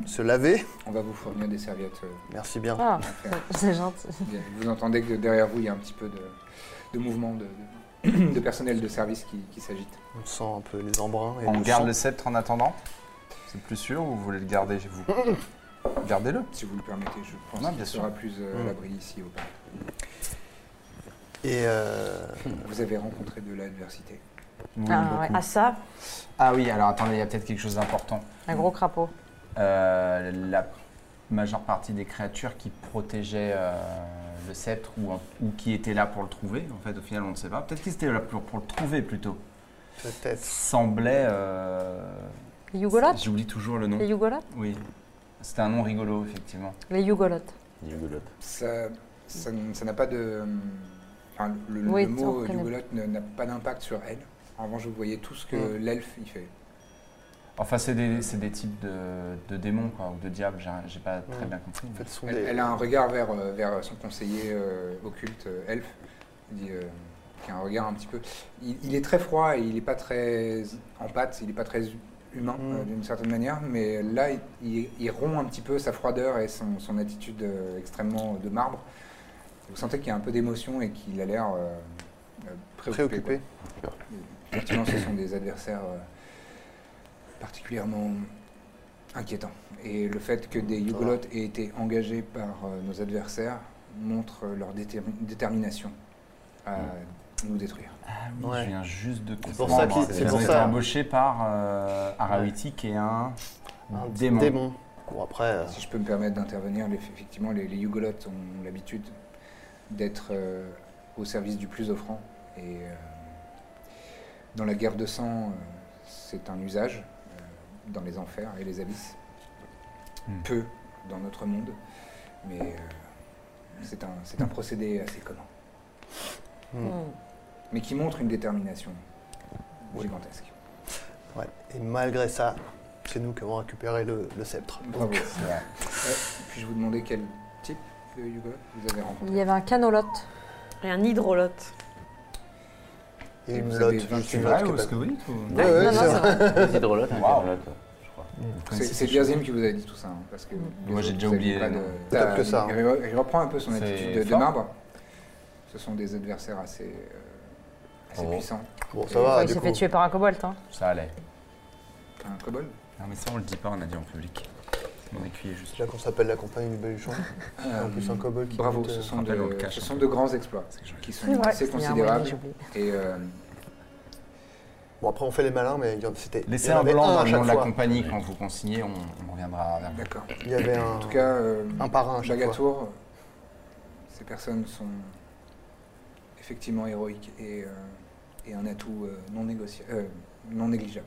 Speaker 3: se laver.
Speaker 1: On va vous fournir des serviettes. euh,
Speaker 3: Merci bien.
Speaker 6: Ah,
Speaker 1: faire.
Speaker 6: c'est gentil.
Speaker 1: Bien. Vous entendez que derrière vous, il y a un petit peu de, de mouvement de, de- *coughs* de personnel de service qui, qui s'agite.
Speaker 3: On sent un peu les embruns. Et
Speaker 5: On
Speaker 3: le
Speaker 5: garde le
Speaker 3: sang.
Speaker 5: sceptre en attendant C'est plus sûr ou vous voulez le garder chez vous Gardez-le.
Speaker 1: Si vous le permettez, je pense
Speaker 5: Non,
Speaker 1: qu'il
Speaker 5: bien
Speaker 1: sera plus euh, à
Speaker 3: Mm.
Speaker 1: l'abri ici au parc.
Speaker 3: Et euh,
Speaker 1: Vous avez rencontré de l'adversité.
Speaker 5: Oui,
Speaker 6: Ah, ouais.
Speaker 5: beaucoup.
Speaker 2: Ah ça,
Speaker 5: Ah oui, alors attendez, il y a peut-être quelque chose d'important.
Speaker 6: Un gros crapaud.
Speaker 5: Euh, la majeure partie des créatures qui protégeaient euh, le sceptre ou, en- ou qui étaient là pour le trouver, en fait, au final, on ne sait pas. Peut-être qu'ils étaient là pour, pour le trouver plutôt.
Speaker 3: peut-être.
Speaker 5: Semblaient. euh,
Speaker 6: Les Yugolotes
Speaker 5: J'oublie toujours le nom.
Speaker 6: Les Yugolotes
Speaker 5: Oui. C'était un nom rigolo, effectivement.
Speaker 6: Les Yugolotes.
Speaker 7: Yugolote.
Speaker 1: Ça ça n- ça n'a pas de. Enfin, le, le
Speaker 6: Oui, on
Speaker 1: mot
Speaker 6: reconnaît.
Speaker 1: Yugoloth ne- n'a pas d'impact sur elle. En revanche, vous voyez tout ce que l'elfe il fait.
Speaker 5: Enfin, c'est des, c'est des types de, de démons, quoi, ou de diables, j'ai- j'ai pas très
Speaker 3: Mm.
Speaker 5: bien compris.
Speaker 3: En fait, ce sont
Speaker 1: Elle,
Speaker 3: des-
Speaker 1: elle a un regard vers, euh, vers son conseiller euh, occulte, euh, elfe, qui, euh, qui a un regard un petit peu. Il, il est très froid et il n'est pas très en pâte, il n'est pas très humain
Speaker 3: Mm.
Speaker 1: euh, d'une certaine manière, mais là, il, il- il rompt un petit peu sa froideur et son, son attitude euh, extrêmement de marbre. Vous sentez qu'il y a un peu d'émotion et qu'il a l'air euh, euh, préoccupé.
Speaker 3: préoccupés.
Speaker 1: quoi. Effectivement, ce sont des adversaires euh, particulièrement inquiétants. Et le fait que des Yugolotes aient été engagés par euh, nos adversaires montre euh, leur déter- détermination à nous détruire.
Speaker 5: Ah oui,
Speaker 3: Ouais.
Speaker 5: je viens juste de comprendre.
Speaker 3: pour ça qu'il-
Speaker 7: c'est
Speaker 5: Ils
Speaker 7: pour
Speaker 5: ont été
Speaker 3: ça.
Speaker 5: embauchés par euh, Arawiti, qui est un,
Speaker 3: Un
Speaker 5: démon.
Speaker 3: Démon. Bon, après, euh,
Speaker 1: Si je peux me permettre d'intervenir, les- effectivement, les, les Yugolotes ont l'habitude d'être euh, au service du plus offrant. Et euh, dans la guerre de sang, euh, c'est un usage euh, dans les enfers et les abysses.
Speaker 5: Hmm.
Speaker 1: Peu dans notre monde, mais euh, c'est un, c'est un procédé assez commun.
Speaker 3: Hmm.
Speaker 1: Mais qui montre une détermination
Speaker 3: Oui.
Speaker 1: gigantesque.
Speaker 3: ouais. Et malgré ça, c'est nous qui avons récupéré le, le sceptre.
Speaker 1: Bravo.
Speaker 3: Donc,
Speaker 5: C'est vrai.
Speaker 1: Euh, Puis-je vous demander quel type de Yugoloth vous avez rencontré
Speaker 6: Il y avait un canolote.
Speaker 2: Et un hydrolote.
Speaker 3: il y a
Speaker 1: Et vous
Speaker 3: une
Speaker 1: avez
Speaker 3: lotte. juste
Speaker 1: 28
Speaker 3: une
Speaker 5: C'est
Speaker 3: lotte
Speaker 5: vrai
Speaker 3: qui est
Speaker 5: ou
Speaker 3: pas-
Speaker 5: est-ce que vous dites ou...
Speaker 3: Ouais, ouais,
Speaker 6: non, non,
Speaker 3: c'est
Speaker 6: c'est
Speaker 3: vrai.
Speaker 6: vrai.
Speaker 7: Les hydrolotes, hein,
Speaker 5: Waouh.
Speaker 7: hydrolotes, je crois.
Speaker 5: Vous
Speaker 1: C'est-
Speaker 5: connaissez
Speaker 1: C'est
Speaker 5: ces
Speaker 1: Birzim qui vous avait dit tout ça, hein, parce que... les
Speaker 5: Moi, j'ai
Speaker 1: autres,
Speaker 5: déjà
Speaker 1: vous aviez
Speaker 5: oublié,
Speaker 1: pas de-
Speaker 5: non.
Speaker 3: Peut-être que ça, hein.
Speaker 1: Il re- il reprend un peu son
Speaker 5: C'est
Speaker 1: attitude de, de
Speaker 5: fort.
Speaker 1: marbre. Ce sont des adversaires assez, euh, assez
Speaker 7: Oh.
Speaker 1: puissants.
Speaker 3: Bon, ça va,
Speaker 6: il
Speaker 3: Ah, du
Speaker 6: s'est
Speaker 3: coup.
Speaker 6: fait tuer par un cobalt. Hein.
Speaker 5: Ça allait.
Speaker 1: Un kobold
Speaker 5: Non, mais ça, on le dit pas, on a dit en public. On écuyer juste.
Speaker 3: Déjà qu'on s'appelle la compagnie du Baluchon.
Speaker 8: Euh,
Speaker 3: Et Ah, en plus, un kobold qui.
Speaker 1: Bravo,
Speaker 3: coûte,
Speaker 1: ce
Speaker 3: euh,
Speaker 1: sont,
Speaker 5: Rappelle, on le
Speaker 1: de,
Speaker 5: cache
Speaker 1: ce
Speaker 5: un
Speaker 1: sont
Speaker 5: peu.
Speaker 1: de grands exploits
Speaker 5: C'est que je-
Speaker 1: qui
Speaker 2: C'est
Speaker 1: sont
Speaker 2: vrai.
Speaker 1: assez
Speaker 6: Il y a un moyen,
Speaker 1: considérables.
Speaker 6: j'ai oublié.
Speaker 1: Et euh,
Speaker 3: Bon, après, on fait les malins, mais il y en- c'était. il y
Speaker 5: Laissez
Speaker 3: en
Speaker 5: un
Speaker 3: avait
Speaker 5: blanc
Speaker 3: un
Speaker 5: dans
Speaker 3: à
Speaker 5: le nom
Speaker 3: chaque
Speaker 5: de la
Speaker 3: fois.
Speaker 5: compagnie quand vous consignez, on, on reviendra vers vous.
Speaker 1: d'accord.
Speaker 3: Il y avait un.
Speaker 1: En tout cas, euh,
Speaker 3: Un par un à chaque fois.
Speaker 1: Bagatour, ces personnes sont effectivement héroïques et, euh, et un atout euh, non, négocia- euh, non négligeable.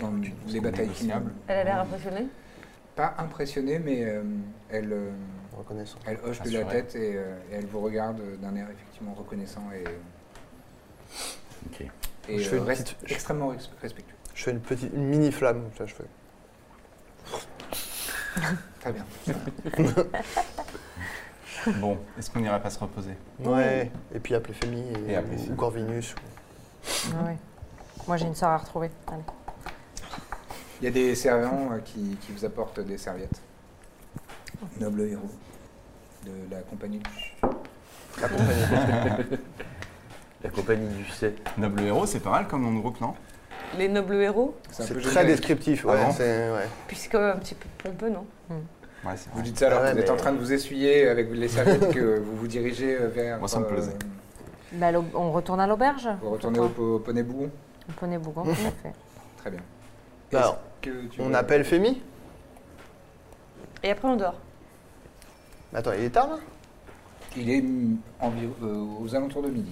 Speaker 1: Dans les batailles ignobles.
Speaker 6: Elle a l'air impressionnée.
Speaker 1: Pas impressionnée, mais euh, elle, euh,
Speaker 3: Reconnaissant.
Speaker 1: elle hoche de la
Speaker 5: Rassurée.
Speaker 1: tête et, euh, et elle vous regarde d'un air effectivement reconnaissant et,
Speaker 7: Ok.
Speaker 1: et,
Speaker 3: Je fais
Speaker 1: euh,
Speaker 3: une
Speaker 1: res-
Speaker 3: petite-
Speaker 1: extrêmement res- respectueux.
Speaker 3: Je fais une petite une mini flamme, comme ça je fais.
Speaker 1: Très bien.
Speaker 5: Bon, est-ce qu'on irait pas se reposer
Speaker 3: Ouais. Et puis appeler Femi et,
Speaker 5: Et appeler Femi.
Speaker 3: ou Corvinus. ou-
Speaker 6: Ah, Moi, j'ai une sœur à retrouver. Allez.
Speaker 1: Il y a des servants euh, qui, qui vous apportent des serviettes. Noble héros de la compagnie.
Speaker 3: La compagnie.
Speaker 7: La compagnie du C.
Speaker 5: Noble héros, c'est pas mal comme nom de groupe, non
Speaker 2: Les nobles héros.
Speaker 1: un peu
Speaker 3: C'est très
Speaker 1: générique.
Speaker 3: descriptif, ouais.
Speaker 5: Ah bon
Speaker 3: c'est- ouais.
Speaker 2: Puisque un petit peu pompeux, non
Speaker 5: Ouais, c'est
Speaker 1: Vous
Speaker 5: vrai.
Speaker 1: dites ça alors
Speaker 3: Ouais,
Speaker 1: que vous êtes
Speaker 3: mais-
Speaker 1: en train de vous essuyer avec les serviettes que vous vous dirigez euh, vers.
Speaker 5: Moi, ça me
Speaker 1: euh,
Speaker 5: plaisait.
Speaker 6: Bah, l'aube- on retourne à l'auberge
Speaker 1: vous retournez au, po- au poney Bougon
Speaker 6: On prenait Bougon,
Speaker 3: Mmh.
Speaker 6: tout à fait.
Speaker 1: Très bien.
Speaker 3: Bah,
Speaker 1: Est-ce que tu
Speaker 3: On
Speaker 1: veux-
Speaker 3: appelle Femi
Speaker 2: Et après, on dort.
Speaker 3: Mais Attends, il est tard là
Speaker 1: Il est mm, environ- euh, aux alentours de midi.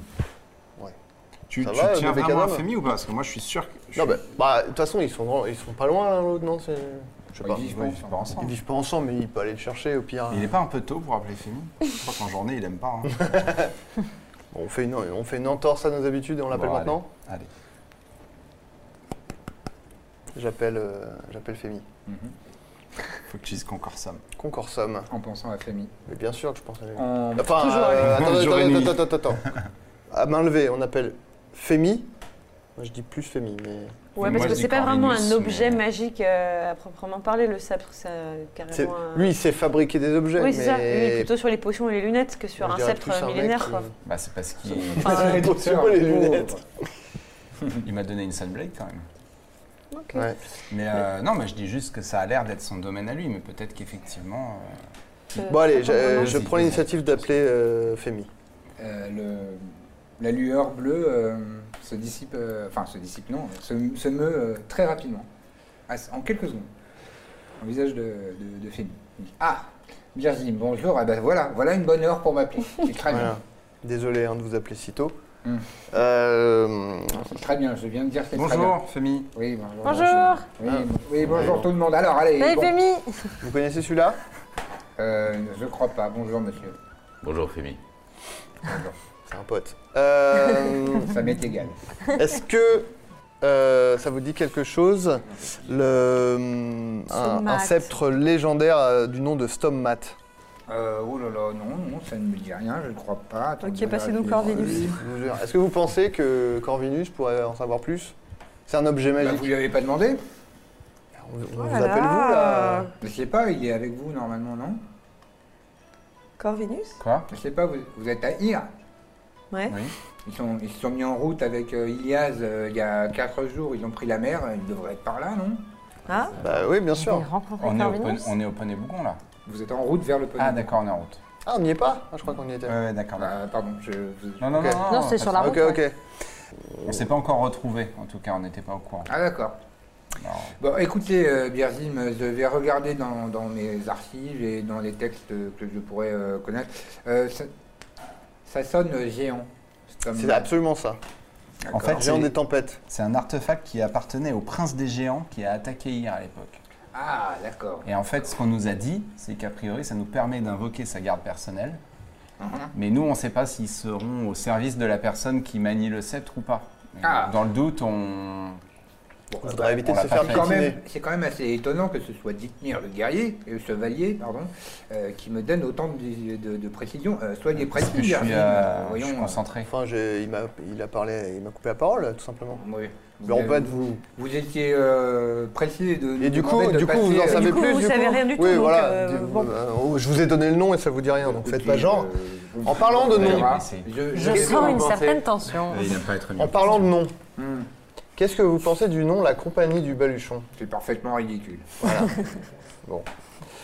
Speaker 5: Tu,
Speaker 3: Ça
Speaker 5: tu
Speaker 3: va,
Speaker 5: tiens
Speaker 3: Noble
Speaker 5: vraiment à
Speaker 3: Canon
Speaker 5: Femi ou pas Parce que moi, je suis sûr que. je
Speaker 3: Non,
Speaker 5: suis-
Speaker 3: bah, bah, de toute façon, ils sont, dans- ils sont pas loin l'un l'autre, non c'est- Je sais
Speaker 1: Ils
Speaker 3: pas.
Speaker 1: vivent
Speaker 5: Ouais,
Speaker 1: pas
Speaker 5: ils vivent pas
Speaker 1: ensemble.
Speaker 3: Ils
Speaker 5: ensemble.
Speaker 3: vivent pas ensemble, mais il peut aller le chercher au pire.
Speaker 5: Il est pas un peu tôt pour appeler Femi Je crois qu'en journée, il aime pas. hein.
Speaker 3: *laughs* On, fait une, on fait une entorse à nos habitudes et on l'appelle
Speaker 5: Bon, allez.
Speaker 3: maintenant
Speaker 5: Allez.
Speaker 3: J'appelle euh, j'appelle Femi.
Speaker 5: Faut que tu dises encore ça.
Speaker 3: Concorsum.
Speaker 1: En pensant à Femi.
Speaker 3: Mais bien sûr que je pense à lui.
Speaker 5: Ah.
Speaker 1: En-
Speaker 3: Enfin,
Speaker 6: Toujours
Speaker 3: euh,
Speaker 5: lui.
Speaker 3: attends,
Speaker 5: Jour et
Speaker 3: attends,
Speaker 5: nuit.
Speaker 3: attends, attends, attends. À main levée, on appelle Femi. Moi, je dis plus Femi, mais
Speaker 2: Ouais,
Speaker 5: Moi,
Speaker 2: parce
Speaker 5: je
Speaker 2: que
Speaker 5: dis
Speaker 2: c'est pas vraiment un
Speaker 5: Corvinus,
Speaker 2: objet
Speaker 5: mais-
Speaker 2: magique euh, à proprement parler, le sceptre, c'est euh,
Speaker 3: c'est-
Speaker 2: carrément un...
Speaker 3: lui, il sait fabriquer des objets.
Speaker 2: Oui, c'est ça. Lui, il est
Speaker 3: mais
Speaker 2: plutôt sur les potions et les lunettes que sur
Speaker 3: moi, je
Speaker 2: un
Speaker 3: dirais *laughs*
Speaker 5: *laughs*
Speaker 2: sceptre
Speaker 3: plus un mec
Speaker 2: millénaire,
Speaker 3: qui-
Speaker 2: quoi.
Speaker 5: Bah, c'est parce qu'il.
Speaker 3: C'est pas les lunettes.
Speaker 5: Il m'a donné une Sunblade quand même.
Speaker 6: Ok.
Speaker 3: Ouais.
Speaker 5: Mais euh, non, mais je dis juste que ça a l'air d'être son domaine à lui, mais peut-être qu'effectivement. euh,
Speaker 3: Bon, allez, je, euh,
Speaker 5: vraiment.
Speaker 3: je prends l'initiative d'appeler euh, Femi.
Speaker 1: Euh, le- la lueur bleue euh, se dissipe, euh, enfin se dissipe non, se, se meut euh, très rapidement, Ah, en quelques secondes, au visage de, de, de Femi. Il dit, Ah, Birzim, bonjour, ah ben voilà, voilà une bonne heure pour m'appeler. C'est très
Speaker 3: Voilà.
Speaker 1: bien,
Speaker 3: Désolé hein, de vous appeler si tôt.
Speaker 1: Mm.
Speaker 3: Euh,
Speaker 1: c'est très bien, je viens de dire que c'est très bien.
Speaker 5: Bonjour, Femi.
Speaker 1: Oui, bonjour.
Speaker 6: Bonjour.
Speaker 1: Oui, bon- oui, bonjour tout le monde. Alors, allez,
Speaker 6: Hey,
Speaker 1: bon.
Speaker 6: Femi
Speaker 3: vous connaissez celui-là
Speaker 1: Euh, je crois pas, bonjour monsieur.
Speaker 7: Bonjour *laughs* Femi.
Speaker 1: Bonjour.
Speaker 3: C'est un pote. Euh,
Speaker 1: Ça m'est égal.
Speaker 3: Est-ce que euh, ça vous dit quelque chose le, hmm, un,
Speaker 4: Stommat.
Speaker 3: un sceptre légendaire euh, du nom de Stommat
Speaker 1: Euh, oh là là, non, non, ça ne me dit rien, je ne crois pas. Attendez,
Speaker 4: Ok, passez-nous
Speaker 1: vérifiez.
Speaker 4: Corvinus.
Speaker 3: Je vous jure. Est-ce que vous pensez que Corvinus pourrait en savoir plus C'est un objet
Speaker 1: Bah,
Speaker 3: magique.
Speaker 1: vous lui avez pas demandé
Speaker 3: On, on
Speaker 2: Oh
Speaker 3: vous
Speaker 2: là
Speaker 3: appelle vous là
Speaker 2: là.
Speaker 1: Je sais pas, il est avec vous normalement, non
Speaker 4: Corvinus
Speaker 5: Quoi
Speaker 1: Je sais pas, vous, vous êtes à Ir.
Speaker 4: Ouais.
Speaker 5: Oui.
Speaker 1: Ils, sont, ils se sont mis en route avec euh, Ilias euh, il y a 4 jours, ils ont pris la mer, ils devraient être par là, non
Speaker 4: Ah,
Speaker 3: Bah oui, bien
Speaker 6: J'ai
Speaker 3: sûr.
Speaker 6: rencontré
Speaker 5: On est, au Pon-
Speaker 6: Corvinus
Speaker 5: on est au Poney Bougon là.
Speaker 1: Vous êtes en route vers le poney.
Speaker 5: Ah, d'accord, on est en route.
Speaker 3: Ah, on n'y est pas Ah, Je crois qu'on y était.
Speaker 5: Ouais, ouais, d'accord. d'accord.
Speaker 1: Ah, pardon, je. vous-
Speaker 5: Non, non,
Speaker 3: Ok.
Speaker 5: non, non,
Speaker 6: Non, c'est
Speaker 5: pas
Speaker 6: sur
Speaker 5: de
Speaker 6: la
Speaker 3: Ok,
Speaker 6: route.
Speaker 3: ok.
Speaker 5: On s'est pas encore retrouvés, en tout cas, on n'était pas au courant.
Speaker 1: Ah, d'accord.
Speaker 5: Alors,
Speaker 1: Bon, écoutez, euh, Birzim, euh, je vais regarder dans, dans mes archives et dans les textes euh, que je pourrais euh, connaître. Euh, ça, ça sonne euh, géant. comme-
Speaker 3: C'est absolument ça.
Speaker 5: en fait,
Speaker 3: Géant des
Speaker 5: c'est-
Speaker 3: tempêtes.
Speaker 5: c'est un artefact qui appartenait au prince des géants qui a attaqué hier à l'époque.
Speaker 1: Ah, d'accord.
Speaker 5: Et en fait, ce qu'on nous a dit, c'est qu'a priori, ça nous permet d'invoquer sa garde personnelle.
Speaker 1: Mhm.
Speaker 5: Mais nous, on ne sait pas s'ils seront au service de la personne qui manie le sceptre ou pas. Mais
Speaker 1: Ah.
Speaker 5: Dans le doute, on.
Speaker 1: Bon,
Speaker 3: On voudrait éviter
Speaker 5: on
Speaker 3: de
Speaker 5: l'a
Speaker 3: se
Speaker 5: pas
Speaker 3: faire
Speaker 1: C'est quand,
Speaker 3: piétiner.
Speaker 1: même, c'est quand même assez étonnant que ce soit Dithmir le guerrier, euh, le chevalier, pardon, euh, qui me donne autant de, de- de précision. Euh, soyez
Speaker 5: Parce
Speaker 1: précis,
Speaker 5: que je suis,
Speaker 1: Birzim,
Speaker 5: euh,
Speaker 1: euh,
Speaker 5: je suis
Speaker 1: voyons.
Speaker 5: concentré.
Speaker 3: Enfin, j'ai- il m'a il a parlé, il m'a coupé la parole, tout simplement.
Speaker 1: euh, oui.
Speaker 3: Mais en
Speaker 1: Vous-
Speaker 3: fait, vous.
Speaker 1: Vous étiez euh, précis de.
Speaker 3: Et
Speaker 1: nous
Speaker 3: du coup,
Speaker 1: demander de
Speaker 3: du coup, vous en
Speaker 1: passer, euh,
Speaker 3: savez
Speaker 2: coup,
Speaker 3: plus.
Speaker 2: vous savez rien du tout,
Speaker 3: Oui,
Speaker 2: donc,
Speaker 3: voilà.
Speaker 2: euh,
Speaker 3: Dis-
Speaker 2: bon.
Speaker 3: euh, oh, je vous ai donné le nom et ça vous dit rien, donc faites
Speaker 1: Et
Speaker 3: pas
Speaker 1: puis,
Speaker 3: genre.
Speaker 1: euh,
Speaker 3: En parlant de
Speaker 1: on
Speaker 3: nom,
Speaker 1: verra.
Speaker 5: Oui,
Speaker 1: Je-
Speaker 6: Je
Speaker 1: je-
Speaker 6: sens une
Speaker 7: commencer.
Speaker 6: certaine tension.
Speaker 5: il n'aime pas être
Speaker 3: en parlant de nom,
Speaker 1: Hmm,
Speaker 3: qu'est-ce que vous pensez du nom La Compagnie du Baluchon
Speaker 1: C'est parfaitement ridicule.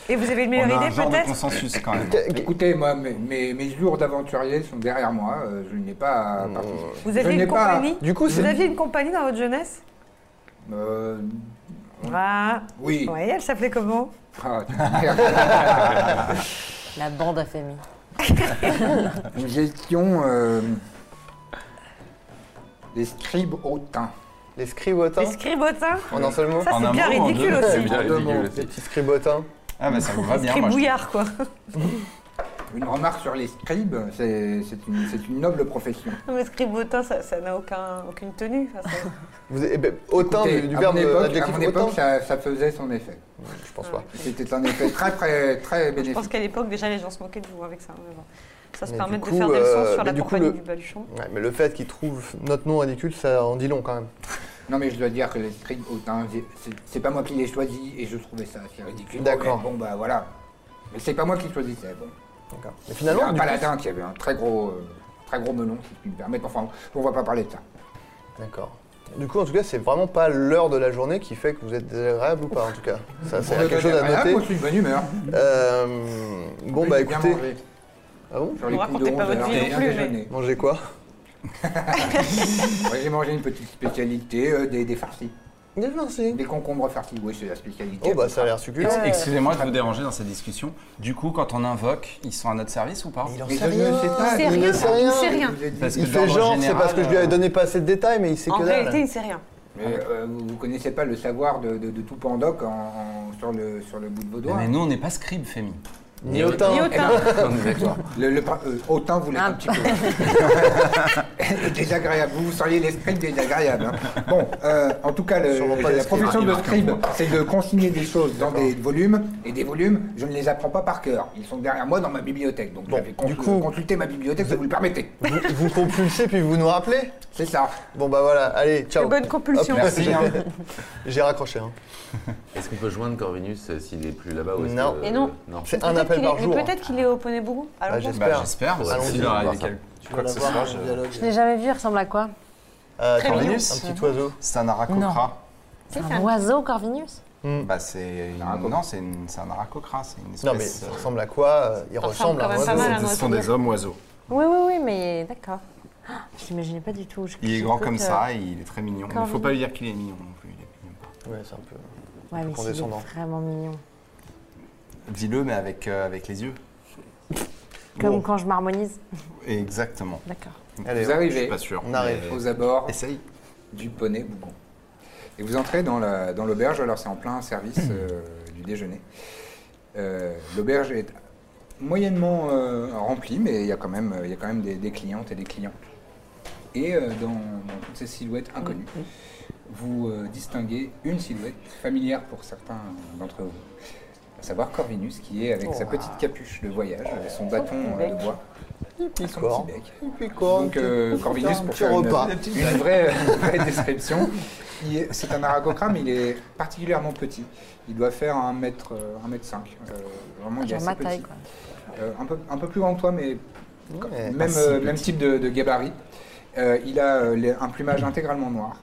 Speaker 2: Et vous avez une
Speaker 5: On a
Speaker 2: meilleure
Speaker 5: un
Speaker 2: idée
Speaker 5: genre de
Speaker 2: peut-être
Speaker 5: consensus quand même.
Speaker 3: Qu'est- qu'est-
Speaker 1: Écoutez, moi, mes, mes, mes jours d'aventurier sont derrière moi. euh, je n'ai pas. à participer.
Speaker 2: Vous
Speaker 1: Je
Speaker 2: aviez
Speaker 1: n'ai
Speaker 2: une
Speaker 1: pas-
Speaker 2: compagnie
Speaker 3: Oh. Du coup,
Speaker 2: Vous
Speaker 3: c'est.
Speaker 2: aviez une compagnie dans votre jeunesse
Speaker 1: Euh,
Speaker 2: Ah,
Speaker 1: oui.
Speaker 2: ouais, elle s'appelait comment
Speaker 1: Ah, *laughs* merde.
Speaker 6: La bande à Femi.
Speaker 1: Une gestion euh, des scribes hautains.
Speaker 3: Les scribotins
Speaker 2: Les scribotins
Speaker 3: En un seul mot
Speaker 2: Ça,
Speaker 5: En un
Speaker 2: c'est bien
Speaker 5: mot, en
Speaker 2: ridicule
Speaker 5: deux.
Speaker 2: aussi.
Speaker 7: bien
Speaker 1: Deux mots.
Speaker 7: ridicule
Speaker 3: Les
Speaker 7: aussi.
Speaker 3: petits scribotins.
Speaker 5: Ah, bah ça vous va bien. moi, je-
Speaker 2: Scribouillard, quoi. *laughs*
Speaker 1: Une remarque sur les scribes, c'est c'est une, c'est une noble profession.
Speaker 2: Non, mais scribotin, ça ça n'a aucun, aucune tenue. Enfin, c'est-
Speaker 3: *laughs* Vous eh ben, autant
Speaker 1: Écoutez,
Speaker 3: du, du
Speaker 1: à
Speaker 3: verbe euh,
Speaker 1: mon époque, à
Speaker 3: adjectif
Speaker 1: mon
Speaker 3: autant
Speaker 1: époque ça, ça faisait son effet.
Speaker 3: Je pense pas.
Speaker 1: C'était un effet très, très, très
Speaker 2: Je pense
Speaker 1: bénéfique.
Speaker 2: qu'à l'époque, déjà, les gens se moquaient de vous avec ça. hein, mais bon. Ça se
Speaker 3: Mais
Speaker 2: permet
Speaker 3: du
Speaker 2: de
Speaker 3: coup,
Speaker 2: faire des leçons
Speaker 3: euh,
Speaker 2: sur
Speaker 3: mais
Speaker 2: la
Speaker 3: du coup,
Speaker 2: compagnie
Speaker 3: le-
Speaker 2: du baluchon.
Speaker 3: Ouais, mais le fait qu'ils trouvent notre nom ridicule, ça en dit long quand même.
Speaker 1: Non, mais je dois dire que les scribes hautains, j'ai- c'est- c'est pas moi qui les choisis et je trouvais ça assez ridicule.
Speaker 3: D'accord.
Speaker 1: Bon, bah voilà. Mais c'est pas moi qui choisissais. Bon.
Speaker 3: D'accord. Mais
Speaker 1: Il y a
Speaker 3: finalement,
Speaker 1: un
Speaker 3: du coup-
Speaker 1: paladin qui avait un très gros, euh, très gros melon, si tu me permets. Enfin, on va pas parler de ça.
Speaker 3: D'accord. Du coup, en tout cas, c'est vraiment pas l'heure de la journée qui fait que vous êtes désagréable ou pas, en tout cas. Ça, c'est
Speaker 1: On est
Speaker 3: quelque chose à
Speaker 1: agréable,
Speaker 3: noter.
Speaker 1: moi, je suis de bonne humeur.
Speaker 3: Euh, bon, bah
Speaker 1: J'ai bien
Speaker 3: écoutez.
Speaker 1: mangé.
Speaker 3: Ah bon
Speaker 1: Sur les
Speaker 2: Vous
Speaker 1: coups de
Speaker 2: racontez pas
Speaker 1: onze
Speaker 2: votre
Speaker 1: heures,
Speaker 2: vie
Speaker 1: j'ai
Speaker 2: non
Speaker 1: bien
Speaker 2: plus, mais-
Speaker 1: déjeuné.
Speaker 3: Manger quoi
Speaker 1: Ouais, j'ai mangé une petite spécialité, euh, des, des farcis.
Speaker 3: Des farcis.
Speaker 1: Des concombres farcis, oui, c'est la spécialité.
Speaker 3: Oh, bah ça a l'air succulent.
Speaker 5: Ex- Excusez-moi de vous déranger dans cette discussion. Du coup, quand on invoque, ils sont à notre service ou pas
Speaker 3: Il en
Speaker 1: Mais
Speaker 3: sait
Speaker 1: je ne sais
Speaker 3: rien.
Speaker 1: pas.
Speaker 6: sait
Speaker 1: je ne
Speaker 6: rien,
Speaker 1: sais
Speaker 6: il
Speaker 1: rien.
Speaker 6: sait rien.
Speaker 1: Je vous ai dit.
Speaker 5: Parce que
Speaker 3: Il fait
Speaker 5: d'ordre
Speaker 3: genre, c'est
Speaker 5: général,
Speaker 3: parce que je lui avais donné pas assez de détails, mais il sait
Speaker 2: En
Speaker 3: que dalle.
Speaker 2: réalité, il ne sait rien.
Speaker 1: Mais euh, vous ne connaissez pas le savoir de, de- de tout Pandoc en- en- sur, le, sur le bout de vos doigts. hein.
Speaker 5: Mais nous, on n'est pas scribe, Fémi.
Speaker 3: Ni autant.
Speaker 2: Ni autant.
Speaker 1: Le, le par- euh, autant vous l'êtes un petit peu. désagréable. Vous, vous seriez les scribes désagréables. hein. Bon, euh, en tout cas, le-
Speaker 3: Sûrement pas les
Speaker 1: la
Speaker 3: scribes.
Speaker 1: profession
Speaker 5: Ah,
Speaker 1: de
Speaker 5: il marque
Speaker 1: scribe, c'est de consigner des choses dans des volumes. Et des volumes, je ne les apprends pas par cœur. Ils sont derrière moi dans ma bibliothèque. Donc,
Speaker 3: Bon,
Speaker 1: j'avais
Speaker 3: du
Speaker 1: consul-
Speaker 3: coup-
Speaker 1: consulté ma bibliothèque si vous le permettez.
Speaker 3: Vous, vous compulsez puis vous nous rappelez
Speaker 1: C'est ça.
Speaker 3: Bon bah voilà, allez, ciao.
Speaker 2: Bonne compulsion.
Speaker 3: Hop,
Speaker 5: Merci,
Speaker 3: j'ai-
Speaker 5: hein.
Speaker 3: *laughs* J'ai raccroché. hein.
Speaker 7: Est-ce qu'on peut joindre Corvinus euh, s'il n'est plus là-bas ou est-ce
Speaker 3: Non.
Speaker 7: que- euh,
Speaker 6: Et non.
Speaker 7: Non.
Speaker 3: C'est un
Speaker 2: Peut-être
Speaker 3: appel
Speaker 2: qu'il est-
Speaker 3: par jour. hein.
Speaker 2: Mais peut-être qu'il est au Poney Bourou.
Speaker 3: Ah,
Speaker 2: Alors,
Speaker 3: j'espère.
Speaker 5: Bah, J'espère.
Speaker 7: Allons-y,
Speaker 5: Si
Speaker 7: on va
Speaker 5: leur
Speaker 7: voir
Speaker 5: arrive
Speaker 7: ça.
Speaker 5: quel-
Speaker 3: Tu vas
Speaker 5: quoi que ce
Speaker 3: l'avoir,
Speaker 5: soit,
Speaker 3: le
Speaker 5: je-
Speaker 3: dialogue.
Speaker 6: Je l'ai jamais vu, il ressemble à quoi
Speaker 3: Euh,
Speaker 4: Très mignon.
Speaker 3: Corvinus, un petit oiseau.
Speaker 5: C'est un aracocra.
Speaker 6: C'est un oiseau, Corvinus
Speaker 5: Bah, c'est une-
Speaker 1: Aracocra.
Speaker 5: non, c'est une- c'est un aracocra, c'est une
Speaker 3: Non, mais
Speaker 5: espèce.
Speaker 3: ça
Speaker 5: euh,
Speaker 3: ressemble à quoi Euh, Il ressemble
Speaker 4: ressemble
Speaker 3: à
Speaker 4: quand même
Speaker 3: un
Speaker 4: pas
Speaker 3: oiseau.
Speaker 4: mal à un
Speaker 5: ce sont
Speaker 4: oiseau.
Speaker 5: des hommes oiseaux.
Speaker 6: Oui, oui, oui, mais d'accord. Ah, Je l'imaginais pas du tout. Je-
Speaker 5: Il est
Speaker 6: je
Speaker 5: grand
Speaker 6: crois
Speaker 5: comme
Speaker 6: que-
Speaker 5: ça, et il est très mignon. Il ne faut
Speaker 6: Corvinus.
Speaker 5: pas lui dire qu'il est mignon non plus. il est mignon.
Speaker 3: Ouais, c'est un peu.
Speaker 6: Ouais, mais c'est
Speaker 3: condescendant.
Speaker 6: vraiment mignon.
Speaker 5: Dis-le, mais avec, euh, avec les yeux.
Speaker 6: Comme
Speaker 5: Bon,
Speaker 6: quand je m'harmonise.
Speaker 5: Exactement.
Speaker 6: D'accord.
Speaker 1: Vous
Speaker 3: Allez,
Speaker 5: Je suis
Speaker 1: arrivez
Speaker 5: pas sûr.
Speaker 3: on arrive.
Speaker 5: mais
Speaker 1: aux abords
Speaker 5: Essaye.
Speaker 1: du poney Bougon. Et vous entrez dans la- dans l'auberge, alors c'est en plein service euh, du déjeuner. Euh, l'auberge est moyennement euh, remplie, mais il y a quand même, il y a quand même des, des clientes et des clients. Et euh, dans, dans toutes ces silhouettes inconnues, vous euh, distinguez une silhouette familière pour certains d'entre vous. À savoir Corvinus qui est avec sa petite capuche de voyage, son bâton euh, de bois, et son
Speaker 3: corps.
Speaker 1: petit bec.
Speaker 3: Et puis quoi
Speaker 1: Donc euh, Corvinus,
Speaker 3: un
Speaker 1: pour
Speaker 3: petit
Speaker 1: faire une,
Speaker 3: repas.
Speaker 1: une vraie, *laughs* une vraie description, il est- c'est un aragocra, mais il est particulièrement petit. Il doit faire 1 mètre, euh, 1 mètre 5. vraiment, il est
Speaker 6: J'ai
Speaker 1: assez
Speaker 6: ma
Speaker 1: petit.
Speaker 6: taille, quoi.
Speaker 1: Euh, un, peu, un peu plus grand que toi, mais
Speaker 3: Ouais,
Speaker 1: même,
Speaker 3: pas si
Speaker 1: euh,
Speaker 3: petit.
Speaker 1: même type de, de gabarit. Euh, il a euh, les- un plumage intégralement noir.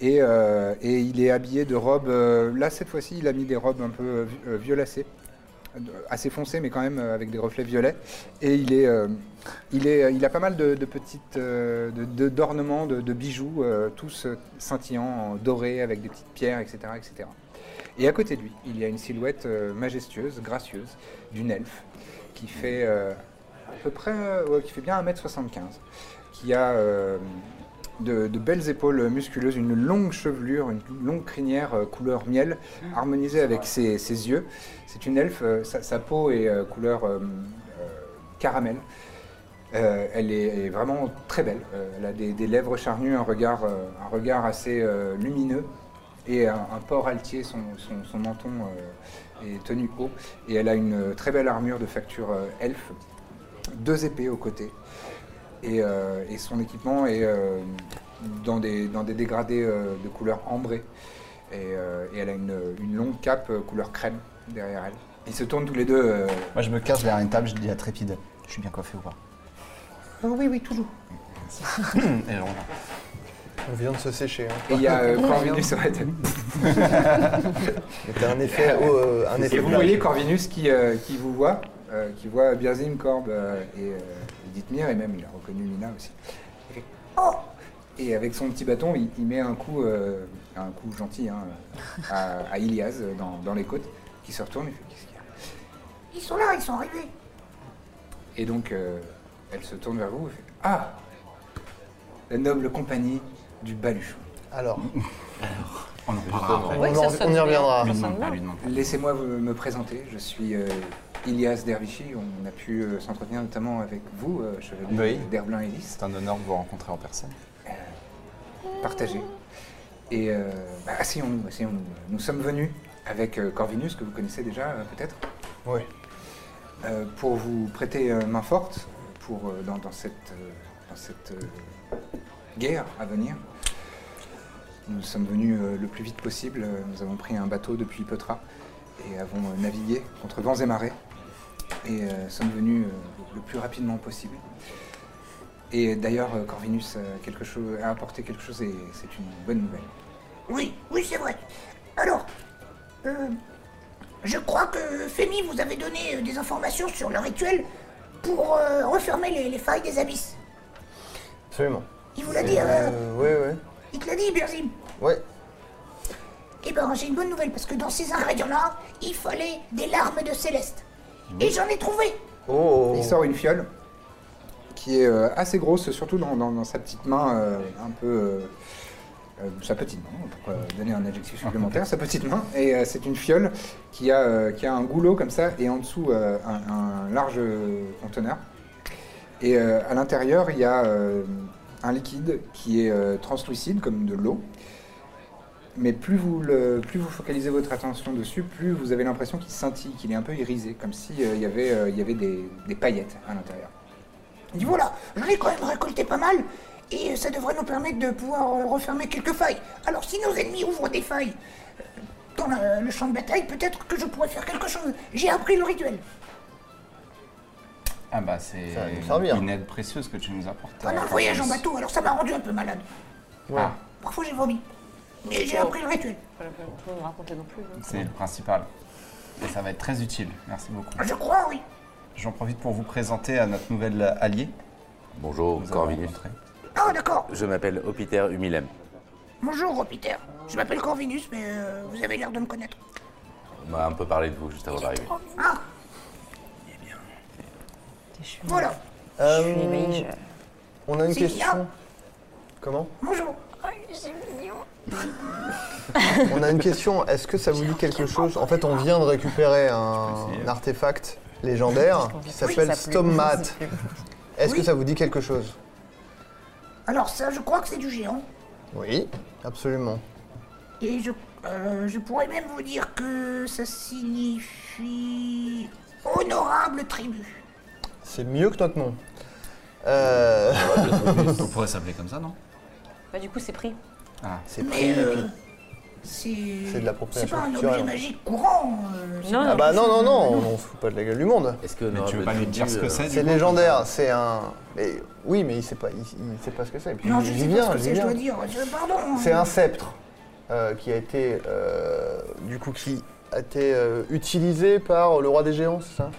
Speaker 1: Et, euh, et il est habillé de robes. euh, là, cette fois-ci, il a mis des robes un peu euh, vi- euh, violacées, euh, assez foncées, mais quand même euh, avec des reflets violets. Et il, est, euh, il, est, il a pas mal de, de petites euh, de- de- d'ornements, de, de bijoux, euh, tous euh, scintillants, en doré, avec des petites pierres, etc., etc. Et à côté de lui, il y a une silhouette euh, majestueuse, gracieuse, d'une elfe, qui fait euh, à peu près, euh, ouais, qui fait bien 1m75, qui a euh, de, de belles épaules musculeuses, une longue chevelure, une longue crinière euh, couleur miel, harmonisée avec ses, ses yeux. C'est une elfe, euh, sa, sa peau est euh, couleur euh, euh, caramel. Euh, elle est, est vraiment très belle. Euh, elle a des, des lèvres charnues, un regard, euh, un regard assez euh, lumineux et un, un port altier. Son, son- son menton euh, est tenu haut et elle a une euh, très belle armure de facture euh, elfe, deux épées aux côtés. Et, euh, et son équipement est euh, dans, des, dans des dégradés euh, de couleur ambrée. Et, euh, et elle a une, une longue cape euh, couleur crème derrière elle. Ils se tournent tous les deux. euh,
Speaker 5: Moi, je me cache derrière une table, je dis à Trépide Je suis bien coiffé ou pas
Speaker 1: Ah oui, oui, toujours.
Speaker 5: Et elle regarde.
Speaker 3: On vient de se sécher. Hein.
Speaker 1: Et il y a euh, Corvinus, ouais, t'as-
Speaker 3: T'as un effet, oh, euh, un
Speaker 1: Et
Speaker 3: effet
Speaker 1: vous
Speaker 3: plat.
Speaker 1: voyez Corvinus qui, euh, qui vous voit, euh, qui voit Birzim, Corbe euh, et euh, Dithmir, et même il a reconnu Mina aussi. Il fait, Oh Et avec son petit bâton, il, il met un coup, euh, un coup gentil hein, à, à Ilias euh, dans, dans les côtes, qui se retourne et fait Qu'est-ce qu'il y a Ils sont là, ils sont arrivés Et donc, euh, elle se tourne vers vous et fait Ah La noble compagnie du Baluchon.
Speaker 3: Alors,
Speaker 5: On en parlera après.
Speaker 3: on, en- on y reviendra.
Speaker 5: Lui demande pas, lui demande pas.
Speaker 1: Laissez-moi vous- me présenter, je suis euh, Ilias Dervichi, on a pu euh, s'entretenir notamment avec vous, euh, chevalier
Speaker 5: Oui.
Speaker 1: d'Herblin Hélice,
Speaker 5: C'est un honneur de vous rencontrer en personne.
Speaker 1: partagé. Et euh, bah, asseyons-nous, asseyons-nous. Nous sommes venus avec euh, Corvinus, que vous connaissez déjà euh, peut-être,
Speaker 3: Oui.
Speaker 1: euh, pour vous prêter euh, main forte pour, euh, dans, dans cette, euh, dans cette euh, guerre à venir. Nous sommes venus euh, le plus vite possible, euh, nous avons pris un bateau depuis Petra et avons euh, navigué contre vents et marées et euh, sommes venus euh, le plus rapidement possible. Et d'ailleurs, euh, Corvinus a, quelque chose, a apporté quelque chose et c'est une bonne nouvelle.
Speaker 9: Oui, oui, c'est vrai. Alors, euh, je crois que Femi vous avait donné euh, des informations sur le rituel pour euh, refermer les, les failles des abysses.
Speaker 3: Absolument.
Speaker 9: Il vous l'a dit, euh,
Speaker 3: ouais,
Speaker 9: il te l'a dit, Berzim.
Speaker 3: ouais. Ouais.
Speaker 9: Eh ben, j'ai une bonne nouvelle parce que dans ces ingrédients-là, il fallait des larmes de céleste. Et j'en ai trouvé.
Speaker 3: Oh.
Speaker 1: Il sort une fiole qui est euh, assez grosse, surtout dans, dans- dans sa petite main, euh, un peu. euh, euh, sa petite main, pourquoi donner un adjectif supplémentaire Sa petite main, et euh, c'est une fiole qui a, euh, qui a un goulot comme ça, et en dessous euh, un, un large euh, conteneur. Et euh, à l'intérieur, il y a euh, un liquide qui est euh, translucide, comme de l'eau. Mais plus vous, le, plus vous focalisez votre attention dessus, plus vous avez l'impression qu'il scintille, qu'il est un peu irisé, comme s'il y avait, euh, il y avait des, des paillettes à l'intérieur.
Speaker 9: Il dit voilà, j'en ai quand même récolté pas mal. Et euh, ça devrait nous permettre de pouvoir euh, refermer quelques failles. Alors si nos ennemis ouvrent des failles euh, dans la- le champ de bataille, peut-être que je pourrais faire quelque chose. J'ai appris le rituel.
Speaker 5: Ah bah c'est
Speaker 3: Ça va nous servir.
Speaker 5: une aide précieuse que tu nous apportes.
Speaker 9: Pendant
Speaker 5: euh,
Speaker 9: le voyage en
Speaker 5: Corvinus.
Speaker 9: bateau, alors ça m'a rendu un peu malade.
Speaker 3: Ouais.
Speaker 5: Ah.
Speaker 9: Parfois j'ai vomi. Mais
Speaker 6: Oh.
Speaker 9: j'ai appris le rituel.
Speaker 6: Faut nous raconter non plus. hein.
Speaker 5: C'est le principal. Et ça va être très utile. Merci beaucoup.
Speaker 9: Je crois, oui.
Speaker 5: J'en profite pour vous présenter à notre nouvel allié.
Speaker 7: Bonjour,
Speaker 5: Nous avons
Speaker 7: Corvinus.
Speaker 5: rencontré.
Speaker 9: Ah, d'accord.
Speaker 7: Je m'appelle Hopiter Humilem.
Speaker 9: Bonjour, Peter. Je m'appelle Corvinus, mais euh, vous avez l'air de me connaître.
Speaker 7: On m'a un peu parlé de vous juste avant d'arriver.
Speaker 9: Ah Voilà.
Speaker 3: Euh, on a une
Speaker 9: C'est
Speaker 3: question.
Speaker 9: bien.
Speaker 3: Comment
Speaker 9: Bonjour. Oh,
Speaker 3: On a une question. Est-ce que ça vous dit quelque chose En fait, on vient de récupérer un,
Speaker 5: essayer.
Speaker 3: un artefact légendaire qui s'appelle Stomat. Est-ce que ça vous dit quelque chose
Speaker 9: Alors ça, je crois que c'est du géant.
Speaker 3: Oui, absolument.
Speaker 9: Et je, euh, je pourrais même vous dire que ça signifie honorable tribu.
Speaker 3: C'est mieux que notre nom. Euh,
Speaker 5: On pourrait s'appeler comme ça, non
Speaker 6: Bah, du coup, c'est pris.
Speaker 3: c'est
Speaker 9: Mais
Speaker 3: pris.
Speaker 9: euh, c'est
Speaker 3: C'est de
Speaker 9: c'est
Speaker 3: l'appropriation
Speaker 9: pas un
Speaker 3: culturelle.
Speaker 9: objet magique courant. euh, c'est-
Speaker 3: Ah bah non, non, non, on se fout pas de la gueule du monde.
Speaker 7: Est-ce que
Speaker 5: Mais tu
Speaker 7: honorable euh,
Speaker 5: veux pas lui dire ce que
Speaker 7: tribu,
Speaker 5: c'est du
Speaker 3: C'est
Speaker 5: coup
Speaker 3: légendaire, c'est un. mais- oui, mais il sait pas, il, il sait pas ce que c'est. Et puis,
Speaker 9: non, je
Speaker 3: j'y
Speaker 9: sais
Speaker 3: viens,
Speaker 9: pas ce que
Speaker 3: j'y
Speaker 9: c'est, je
Speaker 3: viens.
Speaker 9: dois dire. Je- Pardon. hein.
Speaker 3: C'est un sceptre euh, qui a été, euh, du coup, qui a été euh, utilisé par le roi des géants, c'est ça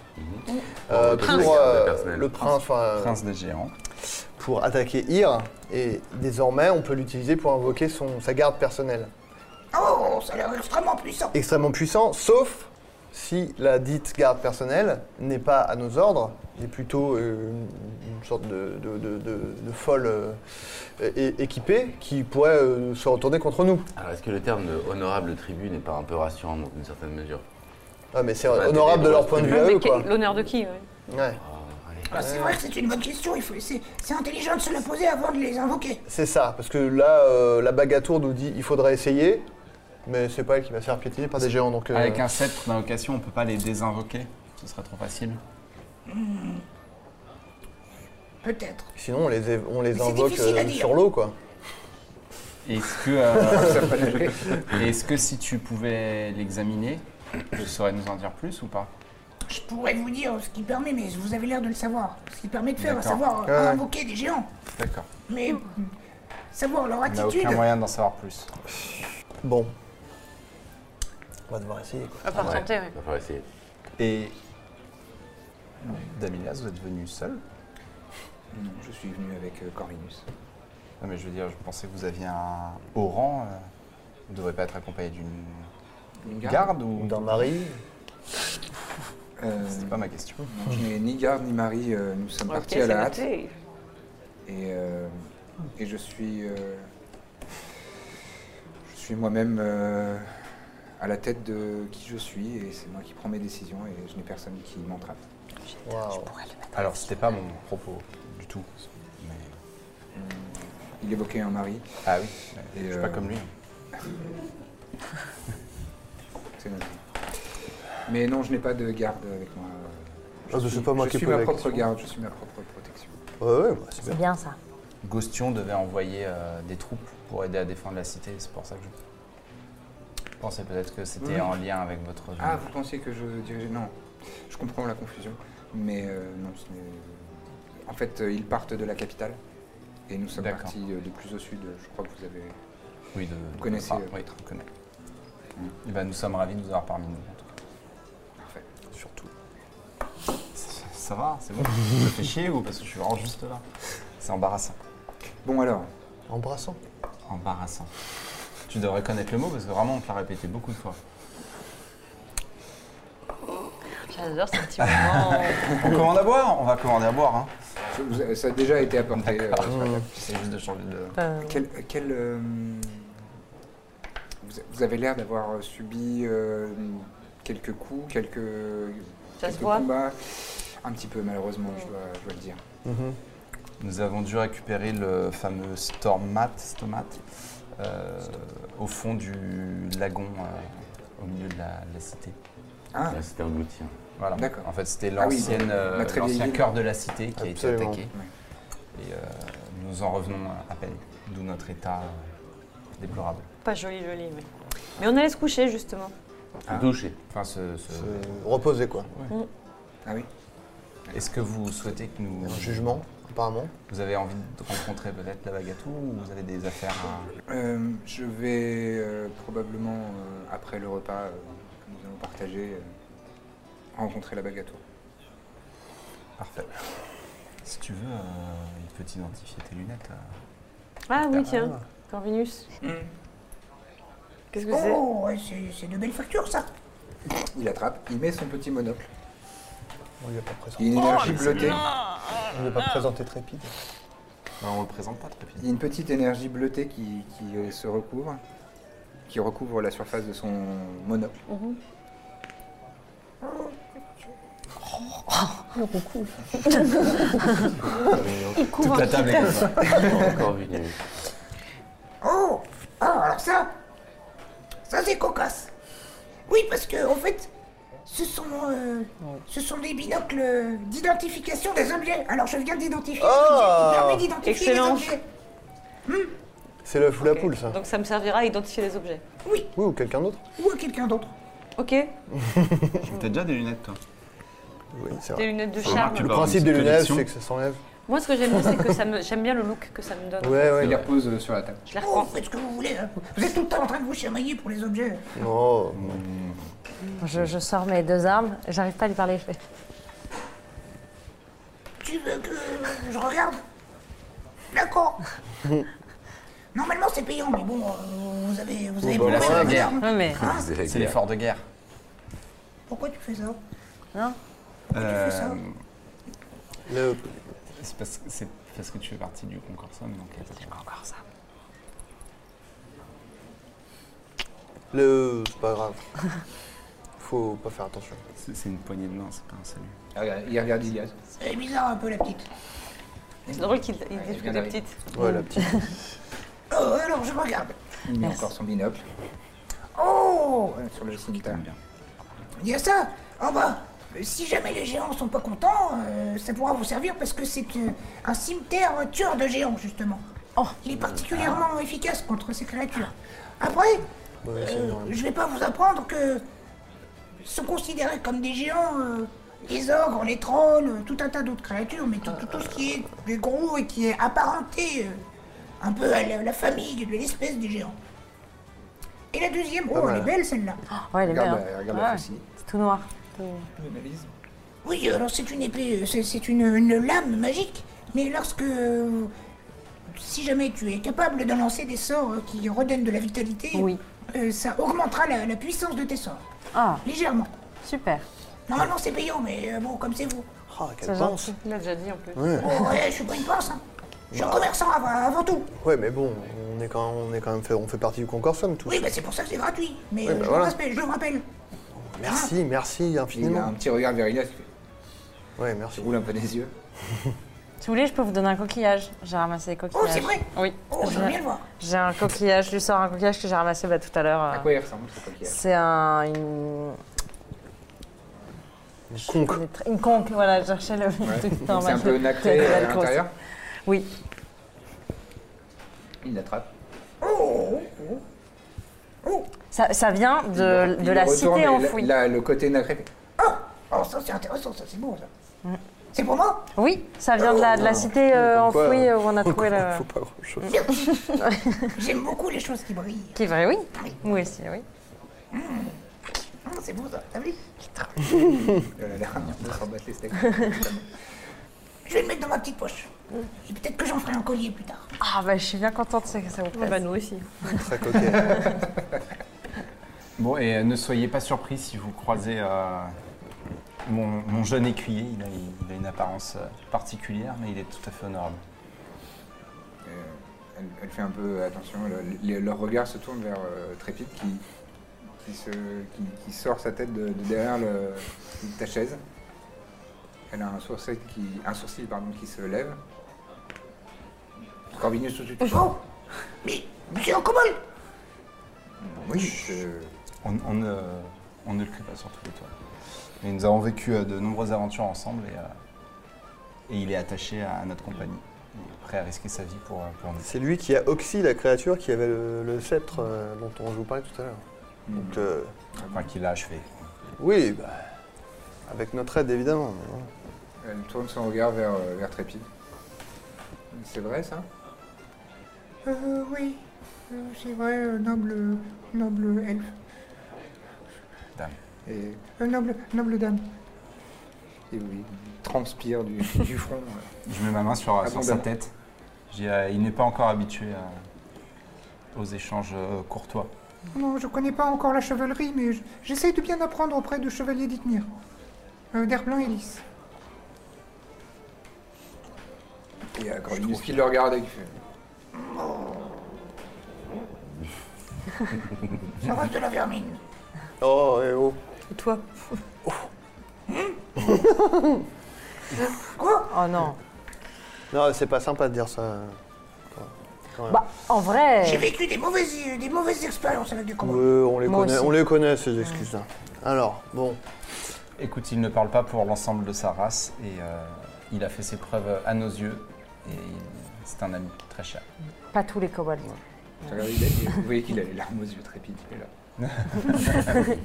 Speaker 3: Euh,
Speaker 7: Mhm. Le prince.
Speaker 3: Pour euh,
Speaker 7: Personnel.
Speaker 3: le prince, enfin, euh,
Speaker 5: Prince des géants.
Speaker 3: pour attaquer Ir. Et désormais, on peut l'utiliser pour invoquer son, sa garde personnelle.
Speaker 9: Oh, ça a l'air extrêmement puissant.
Speaker 3: Extrêmement puissant, sauf si la dite garde personnelle n'est pas à nos ordres, est plutôt euh, une une sorte de, de- de- de- de folle euh, é- équipée qui pourrait euh, se retourner contre nous.
Speaker 7: Alors, est-ce que le terme de honorable tribu n'est pas un peu rassurant dans une certaine mesure
Speaker 3: Ah, mais c'est
Speaker 7: Bah,
Speaker 3: honorable
Speaker 7: des
Speaker 3: de leur
Speaker 7: droits
Speaker 3: point de
Speaker 7: de
Speaker 3: vue à
Speaker 6: Mais
Speaker 3: eux,
Speaker 6: que-
Speaker 3: quoi.
Speaker 6: L'honneur de qui ouais.
Speaker 3: Ouais.
Speaker 9: Ah, c'est vrai que c'est une bonne question. il faut- C'est c'est intelligent de se la poser avant de les invoquer.
Speaker 3: C'est ça, parce que là, euh, la bague à tour nous dit il faudrait essayer, mais c'est pas elle qui va se faire piétiner par des géants. Donc, euh,
Speaker 5: Avec un sceptre d'invocation, on peut pas les désinvoquer. Ce serait trop facile.
Speaker 9: Peut-être.
Speaker 3: Sinon, on les, é- on les
Speaker 9: c'est
Speaker 3: invoque
Speaker 9: difficile à
Speaker 3: euh,
Speaker 9: dire.
Speaker 3: sur l'eau, quoi.
Speaker 5: Est-ce que, *laughs* euh, est-ce que si tu pouvais l'examiner, tu saurais nous en dire plus ou pas
Speaker 9: Je pourrais vous dire ce qui permet, mais vous avez l'air de le savoir. Ce qui permet de faire, à
Speaker 5: D'accord.
Speaker 9: savoir
Speaker 3: Ouais, ouais.
Speaker 9: invoquer des géants.
Speaker 5: D'accord.
Speaker 9: Mais euh, savoir leur
Speaker 5: On n'a
Speaker 9: attitude.
Speaker 5: aucun moyen d'en savoir plus.
Speaker 3: Bon. On va devoir essayer,
Speaker 9: Ah,
Speaker 3: quoi.
Speaker 6: À part
Speaker 7: Ouais.
Speaker 6: tenter, ouais.
Speaker 7: Il va falloir essayer.
Speaker 5: Et. Damilas, vous êtes venu seul
Speaker 1: Non, je suis venu avec euh, Corvinus.
Speaker 5: Non, mais je veux dire, je pensais que vous aviez un haut rang. euh, Vous ne devriez pas être accompagné d'une
Speaker 1: Une
Speaker 5: garde ou.
Speaker 3: D'un mari,
Speaker 1: Euh,
Speaker 5: C'est pas ma question.
Speaker 1: non, je n'ai ni garde ni mari. euh, nous sommes
Speaker 6: Ok,
Speaker 1: partis à
Speaker 6: c'est
Speaker 1: la hâte.
Speaker 6: noté.
Speaker 1: Et, euh, et je suis. euh, je suis moi-même euh, à la tête de qui je suis et c'est moi qui prends mes décisions et je n'ai personne qui m'entrave.
Speaker 3: Waouh.
Speaker 5: Alors, c'était pas mon propos du tout. Mais...
Speaker 1: Il évoquait un mari.
Speaker 5: Ah oui,
Speaker 1: Et,
Speaker 5: je suis pas
Speaker 1: euh,
Speaker 5: comme lui.
Speaker 1: C'est noté. Mais non, je n'ai pas de garde avec moi. Je
Speaker 3: Ah, c'est
Speaker 1: suis-
Speaker 3: pas moi
Speaker 1: je
Speaker 3: qui ai
Speaker 1: suis
Speaker 3: posé
Speaker 1: ma
Speaker 3: la
Speaker 1: propre
Speaker 3: question.
Speaker 1: garde, je suis ma propre protection.
Speaker 3: Ouais, ouais, bah, c'est bien.
Speaker 4: C'est bien ça.
Speaker 5: Gostion devait envoyer euh, des troupes pour aider à défendre la cité, c'est pour ça que je pensais peut-être que c'était
Speaker 1: Oui.
Speaker 5: en lien avec votre. venue.
Speaker 1: Ah, vous pensiez que je dirigeais Non, je comprends la confusion. Mais euh, non, ce n'est- En fait, euh, ils partent de la capitale. Et nous sommes
Speaker 5: D'accord.
Speaker 1: partis euh, de plus au sud, euh, je crois que vous avez...
Speaker 5: oui, de, vous
Speaker 1: connaissez, euh,
Speaker 5: oui, je connais. Eh ben, nous sommes ravis de vous avoir parmi nous. en tout
Speaker 1: Parfait.
Speaker 5: cas. Surtout. Ça, ça va, c'est bon. Je me fais chier ou parce que je suis vraiment juste là C'est embarrassant.
Speaker 1: Bon alors,
Speaker 3: Embrassant.
Speaker 5: Embarrassant. Tu devrais connaître le mot parce que vraiment on te l'a répété beaucoup de fois.
Speaker 6: J'adore ce petit moment.
Speaker 5: On commande à boire On va commander à boire. Hein.
Speaker 1: je- vous- ça a déjà été apporté. euh, sur la table.
Speaker 5: C'est juste de changer de.
Speaker 1: Quel... quel, euh, vous- vous avez l'air d'avoir subi euh, quelques coups, quelques,
Speaker 6: Ça se
Speaker 1: quelques
Speaker 6: voit.
Speaker 1: combats. Un petit peu malheureusement, je dois, je dois le dire.
Speaker 5: Nous avons dû récupérer le fameux Stormat, Stomat euh, au fond du lagon, euh, au milieu de la, la cité.
Speaker 1: Ah,
Speaker 7: Là, c'était englouti. hein.
Speaker 5: Voilà.
Speaker 1: D'accord.
Speaker 5: En fait, c'était
Speaker 1: Ah oui,
Speaker 5: l'ancienne, euh,
Speaker 1: la très vieille
Speaker 5: l'ancien
Speaker 1: ville.
Speaker 5: cœur de la cité qui a été
Speaker 3: Absolument.
Speaker 5: attaqué. Et euh, nous en revenons à peine, d'où notre état euh, déplorable.
Speaker 6: Pas joli, joli, mais. Mais on allait se coucher, justement.
Speaker 5: Ah.
Speaker 7: Douché.
Speaker 5: Enfin, ce- ce-
Speaker 3: Se Reposer, quoi.
Speaker 1: ah oui.
Speaker 5: Est-ce que vous souhaitez que nous
Speaker 3: Un jugement. apparemment.
Speaker 5: Vous avez envie de rencontrer peut-être la Bagatou ou vous avez des affaires à...
Speaker 8: Euh, je vais euh, probablement, euh, après le repas euh, que nous allons partager, euh, rencontrer la Bagatou.
Speaker 5: Parfait. Si tu veux, euh, il peut t'identifier tes lunettes. euh.
Speaker 10: Ah oui, tiens, Corvinus. Qu'est-ce que c'est
Speaker 1: Oh, ouais, c'est c'est de belles factures, ça.
Speaker 8: Il attrape, il met son petit monocle.
Speaker 3: On lui a pas présenté,
Speaker 8: Il a
Speaker 6: Oh,
Speaker 8: une énergie bleutée.
Speaker 3: on lui
Speaker 9: Ah.
Speaker 3: a pas présenté Trépide.
Speaker 5: Non, Bah, on le présente pas, très
Speaker 8: Il y a une petite énergie bleutée qui, qui, euh, se recouvre, qui recouvre la surface de son monocle.
Speaker 5: Toute la table est comme ça.
Speaker 7: Encore une.
Speaker 1: Oh Ah, alors ça Ça, c'est cocasse Oui, parce que, en fait, ce sont, euh, ce sont des binocles euh, d'identification des objets. Alors, je viens d'identifier les objets.
Speaker 9: Ah
Speaker 1: qui permet d'identifier les
Speaker 2: Excellent.
Speaker 1: objets.
Speaker 3: Ah, C'est l'œuf ou la poule, ça
Speaker 2: Donc ça me servira à identifier les objets.
Speaker 1: Oui,
Speaker 3: Oui, ou quelqu'un d'autre
Speaker 1: ou à quelqu'un d'autre.
Speaker 2: Ok,
Speaker 5: T'as déjà des lunettes, toi
Speaker 3: Oui,
Speaker 2: des
Speaker 3: c'est vrai.
Speaker 2: lunettes de
Speaker 5: Remarque,
Speaker 2: charme.
Speaker 5: tu
Speaker 3: Le
Speaker 5: pars dans
Speaker 3: principe
Speaker 5: une
Speaker 3: des lunettes,
Speaker 5: collection.
Speaker 3: c'est que ça s'enlève.
Speaker 2: Moi, ce que j'aime bien, c'est que ça me... j'aime bien le look que ça me donne.
Speaker 3: Ouais, ouais.
Speaker 8: Il les
Speaker 3: ouais.
Speaker 8: repose euh, sur la table.
Speaker 2: Je les
Speaker 1: Oh,
Speaker 2: reprends.
Speaker 1: faites ce que vous voulez. hein. Vous êtes tout le temps en train de vous chamailler pour les objets.
Speaker 3: Oh, Non,
Speaker 6: Je, je sors mes deux armes, j'arrive pas à lui parler. je fais-
Speaker 1: Tu veux que je regarde D'accord. Normalement, c'est payant, mais bon, euh, vous avez, vous avez
Speaker 3: bah,
Speaker 1: pas
Speaker 3: là,
Speaker 1: mal
Speaker 5: c'est la
Speaker 1: de
Speaker 5: guerre.
Speaker 1: valeur, hein.
Speaker 6: *laughs* Ouais, mais
Speaker 1: Hein
Speaker 7: C'est
Speaker 5: C'est
Speaker 7: la guerre.
Speaker 5: l'effort de guerre.
Speaker 1: Pourquoi tu fais ça
Speaker 5: Euh,
Speaker 1: ça
Speaker 3: le-
Speaker 5: c'est parce, que- c'est parce que tu fais partie du Concorsum. Donc, euh,
Speaker 3: le- C'est pas grave. Faut pas faire attention.
Speaker 5: c'est c'est une poignée de main, c'est pas un salut.
Speaker 8: Ah, regarde, Il regarde Ilias.
Speaker 1: C'est bizarre un peu, la petite.
Speaker 2: C'est drôle qu'il il dise que
Speaker 8: vient
Speaker 2: des
Speaker 8: d'arriver.
Speaker 2: petites.
Speaker 3: Ouais, la petite.
Speaker 1: Oh, alors, je regarde.
Speaker 8: Il met encore son binocle
Speaker 1: Oh
Speaker 8: euh, sur le cimetière.
Speaker 5: T'aimes bien.
Speaker 1: Il y a ça Ah bah, si jamais les géants sont pas contents, euh, ça pourra vous servir parce que c'est euh, un cimetière euh, tueur de géants, justement. Oh, il est particulièrement efficace contre ces créatures. Après,
Speaker 3: Ouais, c'est
Speaker 1: euh,
Speaker 3: énorme.
Speaker 1: je vais pas vous apprendre que sont considérés comme des géants euh, les ogres, les trolls, euh, tout un tas d'autres créatures, mais tout, tout- tout ce qui est des gros et qui est apparenté euh, un peu à la, la famille de l'espèce des géants. Et la deuxième, oh, elle est
Speaker 3: mal.
Speaker 1: belle celle-là.
Speaker 6: Ouais, elle est
Speaker 8: Regarde,
Speaker 6: belle.
Speaker 8: la-
Speaker 6: hein.
Speaker 8: regarde la
Speaker 6: Ouais,
Speaker 8: faucille.
Speaker 6: C'est tout noir. Tout-
Speaker 8: Analyse.
Speaker 1: Oui, alors c'est une épée, euh, c'est, c'est une, une lame magique, mais lorsque. euh, Si jamais tu es capable de lancer des sorts euh, qui redonnent de la vitalité,
Speaker 6: Oui.
Speaker 1: euh, ça augmentera la, la puissance de tes sorts.
Speaker 6: Ah,
Speaker 1: Légèrement.
Speaker 6: super.
Speaker 1: Normalement c'est payant, mais euh, bon, comme c'est vous.
Speaker 3: Ah,
Speaker 6: C'est
Speaker 3: quelle pince
Speaker 6: gentil.
Speaker 2: Il l'a déjà dit en plus.
Speaker 1: Oh, ouais, je suis pas une pince, hein. Je suis un commerçant avant, avant tout.
Speaker 3: Ouais, mais bon, on est quand on est quand même fait, on fait partie du Concorsum, tous.
Speaker 1: Oui, bah c'est pour ça que c'est gratuit, mais
Speaker 3: Ouais,
Speaker 1: euh,
Speaker 3: bah
Speaker 1: je,
Speaker 3: voilà.
Speaker 1: le rappelle, je le rappelle.
Speaker 3: Merci, merci
Speaker 8: Il a
Speaker 3: infiniment.
Speaker 8: un petit regard vers Ilias, il fait-
Speaker 3: Ouais,
Speaker 8: il
Speaker 3: merci.
Speaker 8: roule un peu des yeux.
Speaker 6: Si vous voulez, je peux vous donner un coquillage. J'ai ramassé des coquillages.
Speaker 1: Oh, c'est vrai
Speaker 6: Oui.
Speaker 1: Oh, je veux bien le voir.
Speaker 6: J'ai un coquillage, je lui sors un coquillage que j'ai ramassé bah, tout à l'heure.
Speaker 8: À
Speaker 6: euh.
Speaker 8: quoi il ressemble ce coquillage
Speaker 6: C'est un. Une...
Speaker 3: Conque.
Speaker 6: une tr- Une conque, voilà, je cherchais le
Speaker 8: Ouais.
Speaker 6: truc
Speaker 8: Donc C'est
Speaker 6: normal.
Speaker 8: un peu
Speaker 6: *laughs*
Speaker 8: nacré euh,
Speaker 6: Quelle
Speaker 8: à
Speaker 6: grosse.
Speaker 8: l'intérieur.
Speaker 6: Oui.
Speaker 8: Il l'attrape.
Speaker 1: Oh, oh.
Speaker 6: Ça, ça vient de,
Speaker 8: Il
Speaker 6: de la
Speaker 8: retourne
Speaker 6: cité
Speaker 8: et la-
Speaker 6: enfouie.
Speaker 8: la- Le côté nacré. fait-
Speaker 1: oh, ça c'est intéressant, ça c'est bon, ça. C'est pour moi
Speaker 6: Oui, ça vient de la, de
Speaker 8: Ah.
Speaker 6: la
Speaker 3: *laughs*
Speaker 6: cité euh,
Speaker 3: Comme quoi,
Speaker 6: enfouie
Speaker 3: euh,
Speaker 6: euh, où on a trouvé le.
Speaker 3: Faut pas grand chose.
Speaker 1: J'aime beaucoup les choses qui brillent.
Speaker 6: Qui est vrai, oui. Oui, aussi, oui.
Speaker 1: Ah, c'est beau ça, t'as vu
Speaker 8: Oh là là, on s'en bat les steaks.
Speaker 1: Je vais le mettre dans ma petite poche. Et peut-être que j'en ferai un collier plus tard.
Speaker 6: Ah, bah, je suis bien contente ça- que ça vous plaise.
Speaker 2: Bah, nous aussi.
Speaker 3: Très coquet.
Speaker 5: Bon, et euh, ne soyez pas surpris si vous croisez euh, mon, mon jeune écuyer. Il a, il a une apparence euh, particulière, mais il est tout à fait honorable.
Speaker 8: Euh, elle, elle fait un peu attention, le- le- leur regard se tourne vers euh, Trépide qui, qui, se, qui, qui sort sa tête de, de derrière le- ta chaise. Elle a un sourcil qui, un sourcil, pardon, qui se lève. Corvinus tout de suite.
Speaker 1: Oh Mais, monsieur Cobol
Speaker 8: Oui, je-
Speaker 5: On, on ne, on ne le crie pas sur tous les toits. Mais nous avons vécu euh, de nombreuses aventures ensemble et, euh, et il est attaché à, à notre compagnie. Il est prêt à risquer sa vie pour, euh, pour nous.
Speaker 3: C'est lui qui a oxy la créature qui avait le, le sceptre euh, dont on vous parlait tout à l'heure. Donc, euh,
Speaker 5: Enfin, qu'il l'a achevé.
Speaker 3: oui, bah, avec notre aide évidemment. mais voilà.
Speaker 8: elle tourne son regard vers, euh, vers Trépide. C'est vrai ça
Speaker 1: Euh, oui. Euh, c'est vrai, euh, noble. noble elfe.
Speaker 8: Et
Speaker 1: Euh, noble. noble dame.
Speaker 8: Et oui, il transpire du, du front. euh.
Speaker 5: Je mets ma main sur, sur sa
Speaker 8: Abondamment.
Speaker 5: tête. Je dis, euh, il n'est pas encore habitué à- aux échanges euh, courtois.
Speaker 1: Non, je connais pas encore la chevalerie, mais j- j'essaye de bien apprendre auprès du chevalier d'Ithmir. Euh, D'air blanc et lisse.
Speaker 8: Et euh, Corvinus qui le regarde euh, et qui fait.
Speaker 1: Ça reste de la vermine.
Speaker 3: Oh, eh oh.
Speaker 11: Et toi
Speaker 6: *laughs* Oh non.
Speaker 3: Non, c'est pas sympa de dire ça.
Speaker 6: Bah, en vrai.
Speaker 1: J'ai vécu des mauvaises, euh, des mauvaises expériences avec du combat.
Speaker 3: Ouais, on les
Speaker 6: Moi
Speaker 3: connaît,
Speaker 6: aussi.
Speaker 3: on les connaît ces excuses-là. Alors, bon,
Speaker 5: Écoute, il ne parle pas pour l'ensemble de sa race et euh, il a fait ses preuves à nos yeux. Et il- c'est un ami très cher.
Speaker 6: Pas tous les kobolds.
Speaker 8: Je regarde, il a- vous voyez qu'il a les larmes aux yeux trépides. il est là.
Speaker 1: *laughs*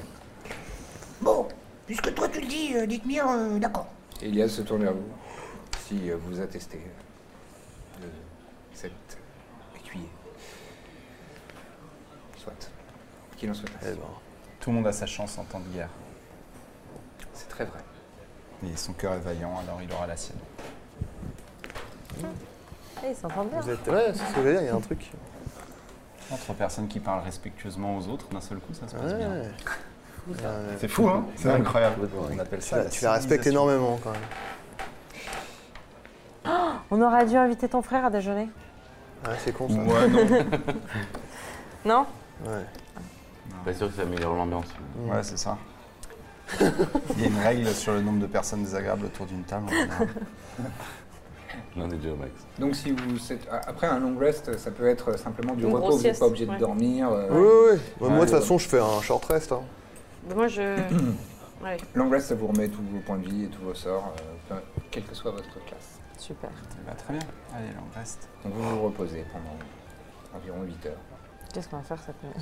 Speaker 1: Bon, puisque toi tu le dis, euh, d'Ithmir, euh, d'accord.
Speaker 8: Et Elias se tourne vers vous. Si euh, vous attestez euh, de cette écuyer. Soit. Qu'il en soit
Speaker 3: eh
Speaker 8: ainsi.
Speaker 3: ben,
Speaker 5: Tout le monde a sa chance en temps de guerre.
Speaker 8: C'est très vrai.
Speaker 5: Et son cœur est vaillant, alors il aura la sienne.
Speaker 6: Eh, Ils s'entendent bien.
Speaker 3: vous êtes- ouais, c'est ce que je veux dire, il y a un truc.
Speaker 5: Entre personnes qui parlent respectueusement aux autres, d'un seul coup, ça se passe
Speaker 3: Ouais.
Speaker 5: bien.
Speaker 3: Ouais.
Speaker 5: C'est fou, hein C'est incroyable.
Speaker 7: Complètement, ouais.
Speaker 5: On appelle
Speaker 3: Tu
Speaker 5: ça
Speaker 3: la- tu la respectes
Speaker 5: civilisation.
Speaker 3: énormément quand même.
Speaker 6: On aurait dû inviter ton frère à déjeuner.
Speaker 3: Ouais, Ah, c'est con ça.
Speaker 5: Ouais, non.
Speaker 6: Non
Speaker 3: Ouais.
Speaker 7: Pas sûr que ça améliore l'ambiance.
Speaker 5: *laughs* Ouais, c'est ça. Il y a une règle sur le nombre de personnes désagréables autour d'une *laughs* table. Eh en général.
Speaker 7: J'en ai déjà au max.
Speaker 8: Donc si vous c'est- a- après un long rest, ça peut être simplement du
Speaker 12: Une
Speaker 8: repos.
Speaker 12: grosse
Speaker 8: Vous n'êtes
Speaker 12: sieste,
Speaker 8: pas obligé
Speaker 12: ouais.
Speaker 8: de dormir. euh,
Speaker 3: Ouais, ouais, ouais. Bah,
Speaker 8: Ouais,
Speaker 3: moi, de
Speaker 8: ouais.
Speaker 3: toute façon, je fais un short rest. hein.
Speaker 12: Bah, Moi, je. Ouais.
Speaker 8: Long rest, ça vous remet tous vos points de vie et tous vos sorts, euh, peu- quelle que soit votre classe.
Speaker 6: *coughs* Super.
Speaker 5: Bah, très bien. Allez, là, on reste.
Speaker 8: Donc vous vous reposez pendant environ 8 heures.
Speaker 6: Qu'est-ce qu'on va faire cette nuit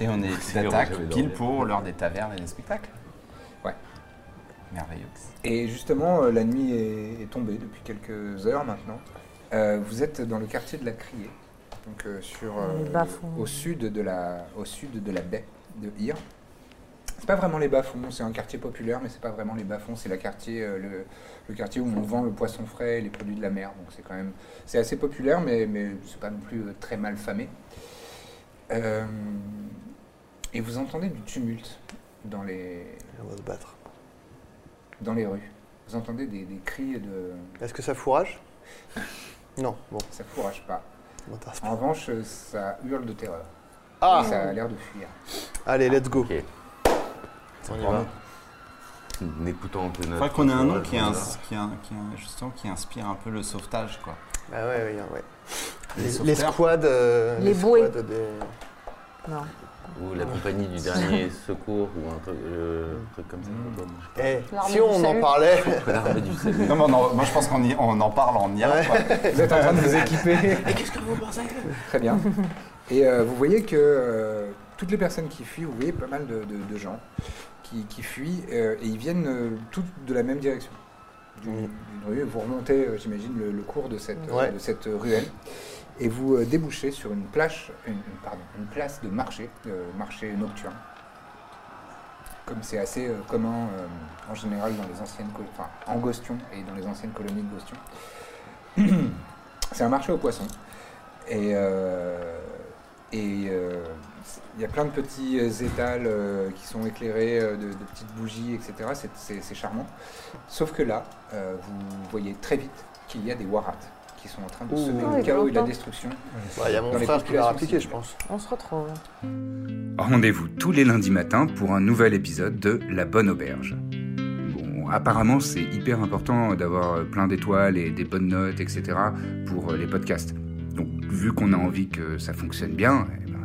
Speaker 5: Et on est
Speaker 7: C'est
Speaker 5: d'attaque
Speaker 7: vrai, j'avais
Speaker 5: pile
Speaker 7: dormi.
Speaker 5: pour l'heure des tavernes et des spectacles.
Speaker 8: Ouais.
Speaker 5: Merveilleux.
Speaker 8: Et justement, euh, la nuit est, est tombée depuis quelques heures maintenant. Euh, vous êtes dans le quartier de la Criée, donc euh, sur
Speaker 6: Les bas-fonds.
Speaker 8: au sud de la au sud de la baie de Hyre. C'est pas vraiment les bas-fonds, c'est un quartier populaire, mais c'est pas vraiment les bas-fonds, c'est la quartier euh, le, le quartier où on vend le poisson frais et les produits de la mer. Donc c'est quand même c'est assez populaire, mais mais c'est pas non plus euh, très mal famé. Euh, et vous entendez du tumulte dans les
Speaker 3: Et On va se battre.
Speaker 8: dans les rues. Vous entendez des, des cris de.
Speaker 3: Est-ce que ça fourrage Non, bon,
Speaker 8: Ça fourrage pas.
Speaker 3: ça m'intéresse
Speaker 8: En
Speaker 3: pas.
Speaker 8: revanche, ça hurle de terreur.
Speaker 3: Ah
Speaker 8: Et ça a l'air de fuir.
Speaker 3: Allez, let's go.
Speaker 7: Ok.
Speaker 3: On y va.
Speaker 7: N'écoutant que notre.
Speaker 5: Je crois qu'on a un nom
Speaker 7: entourage,
Speaker 5: qui, est un-
Speaker 7: on va.
Speaker 5: qui est un- qui est un- justement, qui inspire un peu le sauvetage. quoi.
Speaker 3: Ah ouais, ouais, ouais.
Speaker 5: Les
Speaker 3: Les, les
Speaker 5: sauveteurs.
Speaker 3: squads. euh,
Speaker 6: Les bouées.
Speaker 3: squads des-
Speaker 6: Non.
Speaker 7: Ou la compagnie du dernier secours ou un truc, euh, un truc comme ça.
Speaker 3: Eh,
Speaker 6: L'armée
Speaker 3: si
Speaker 6: du
Speaker 3: on en
Speaker 6: salut.
Speaker 3: parlait.
Speaker 7: L'armée du salut.
Speaker 5: Non, mais on en- moi, je pense qu'on y- on en parle en y allant, quoi.
Speaker 8: Vous êtes en train de vous équiper. Et qu'est-ce que vous pensez Très bien. Et euh, vous voyez que euh, toutes les personnes qui fuient, vous voyez pas mal de, de- de gens qui, qui fuient euh, et ils viennent euh, tous de la même direction. D'une d'une rue, vous remontez, euh, j'imagine, le, le cours de cette, euh,
Speaker 3: Ouais.
Speaker 8: de cette ruelle et vous euh, débouchez sur une, plage, une, une- pardon, une place de marché, euh, marché nocturne. Comme c'est assez euh, commun euh, en général dans les anciennes col- enfin, en Gostion et dans les anciennes colonies de Gostion. *clears throat* C'est un marché aux poissons. Et euh, et, euh, il y a plein de petits euh, étals euh, qui sont éclairés euh, de, de petites bougies, etc. C'est- C'est c'est charmant. Sauf que là, euh, vous voyez très vite qu'il y a des warats qui sont en train de
Speaker 3: Ouh.
Speaker 8: semer
Speaker 6: Ah,
Speaker 8: le
Speaker 6: il
Speaker 8: chaos et la
Speaker 6: l'entend.
Speaker 8: destruction.
Speaker 3: Bah, Il y a mon
Speaker 8: Dans les
Speaker 3: frère qui l'a
Speaker 8: populations
Speaker 3: appliqué, je
Speaker 8: civiles.
Speaker 3: pense.
Speaker 6: On se retrouve.
Speaker 13: Rendez-vous tous les lundis matins pour un nouvel épisode de La Bonne Auberge. Bon, apparemment, c'est hyper important d'avoir euh, plein d'étoiles et des bonnes notes, etc. pour euh, les podcasts. Donc, vu qu'on a envie que ça fonctionne bien, eh ben,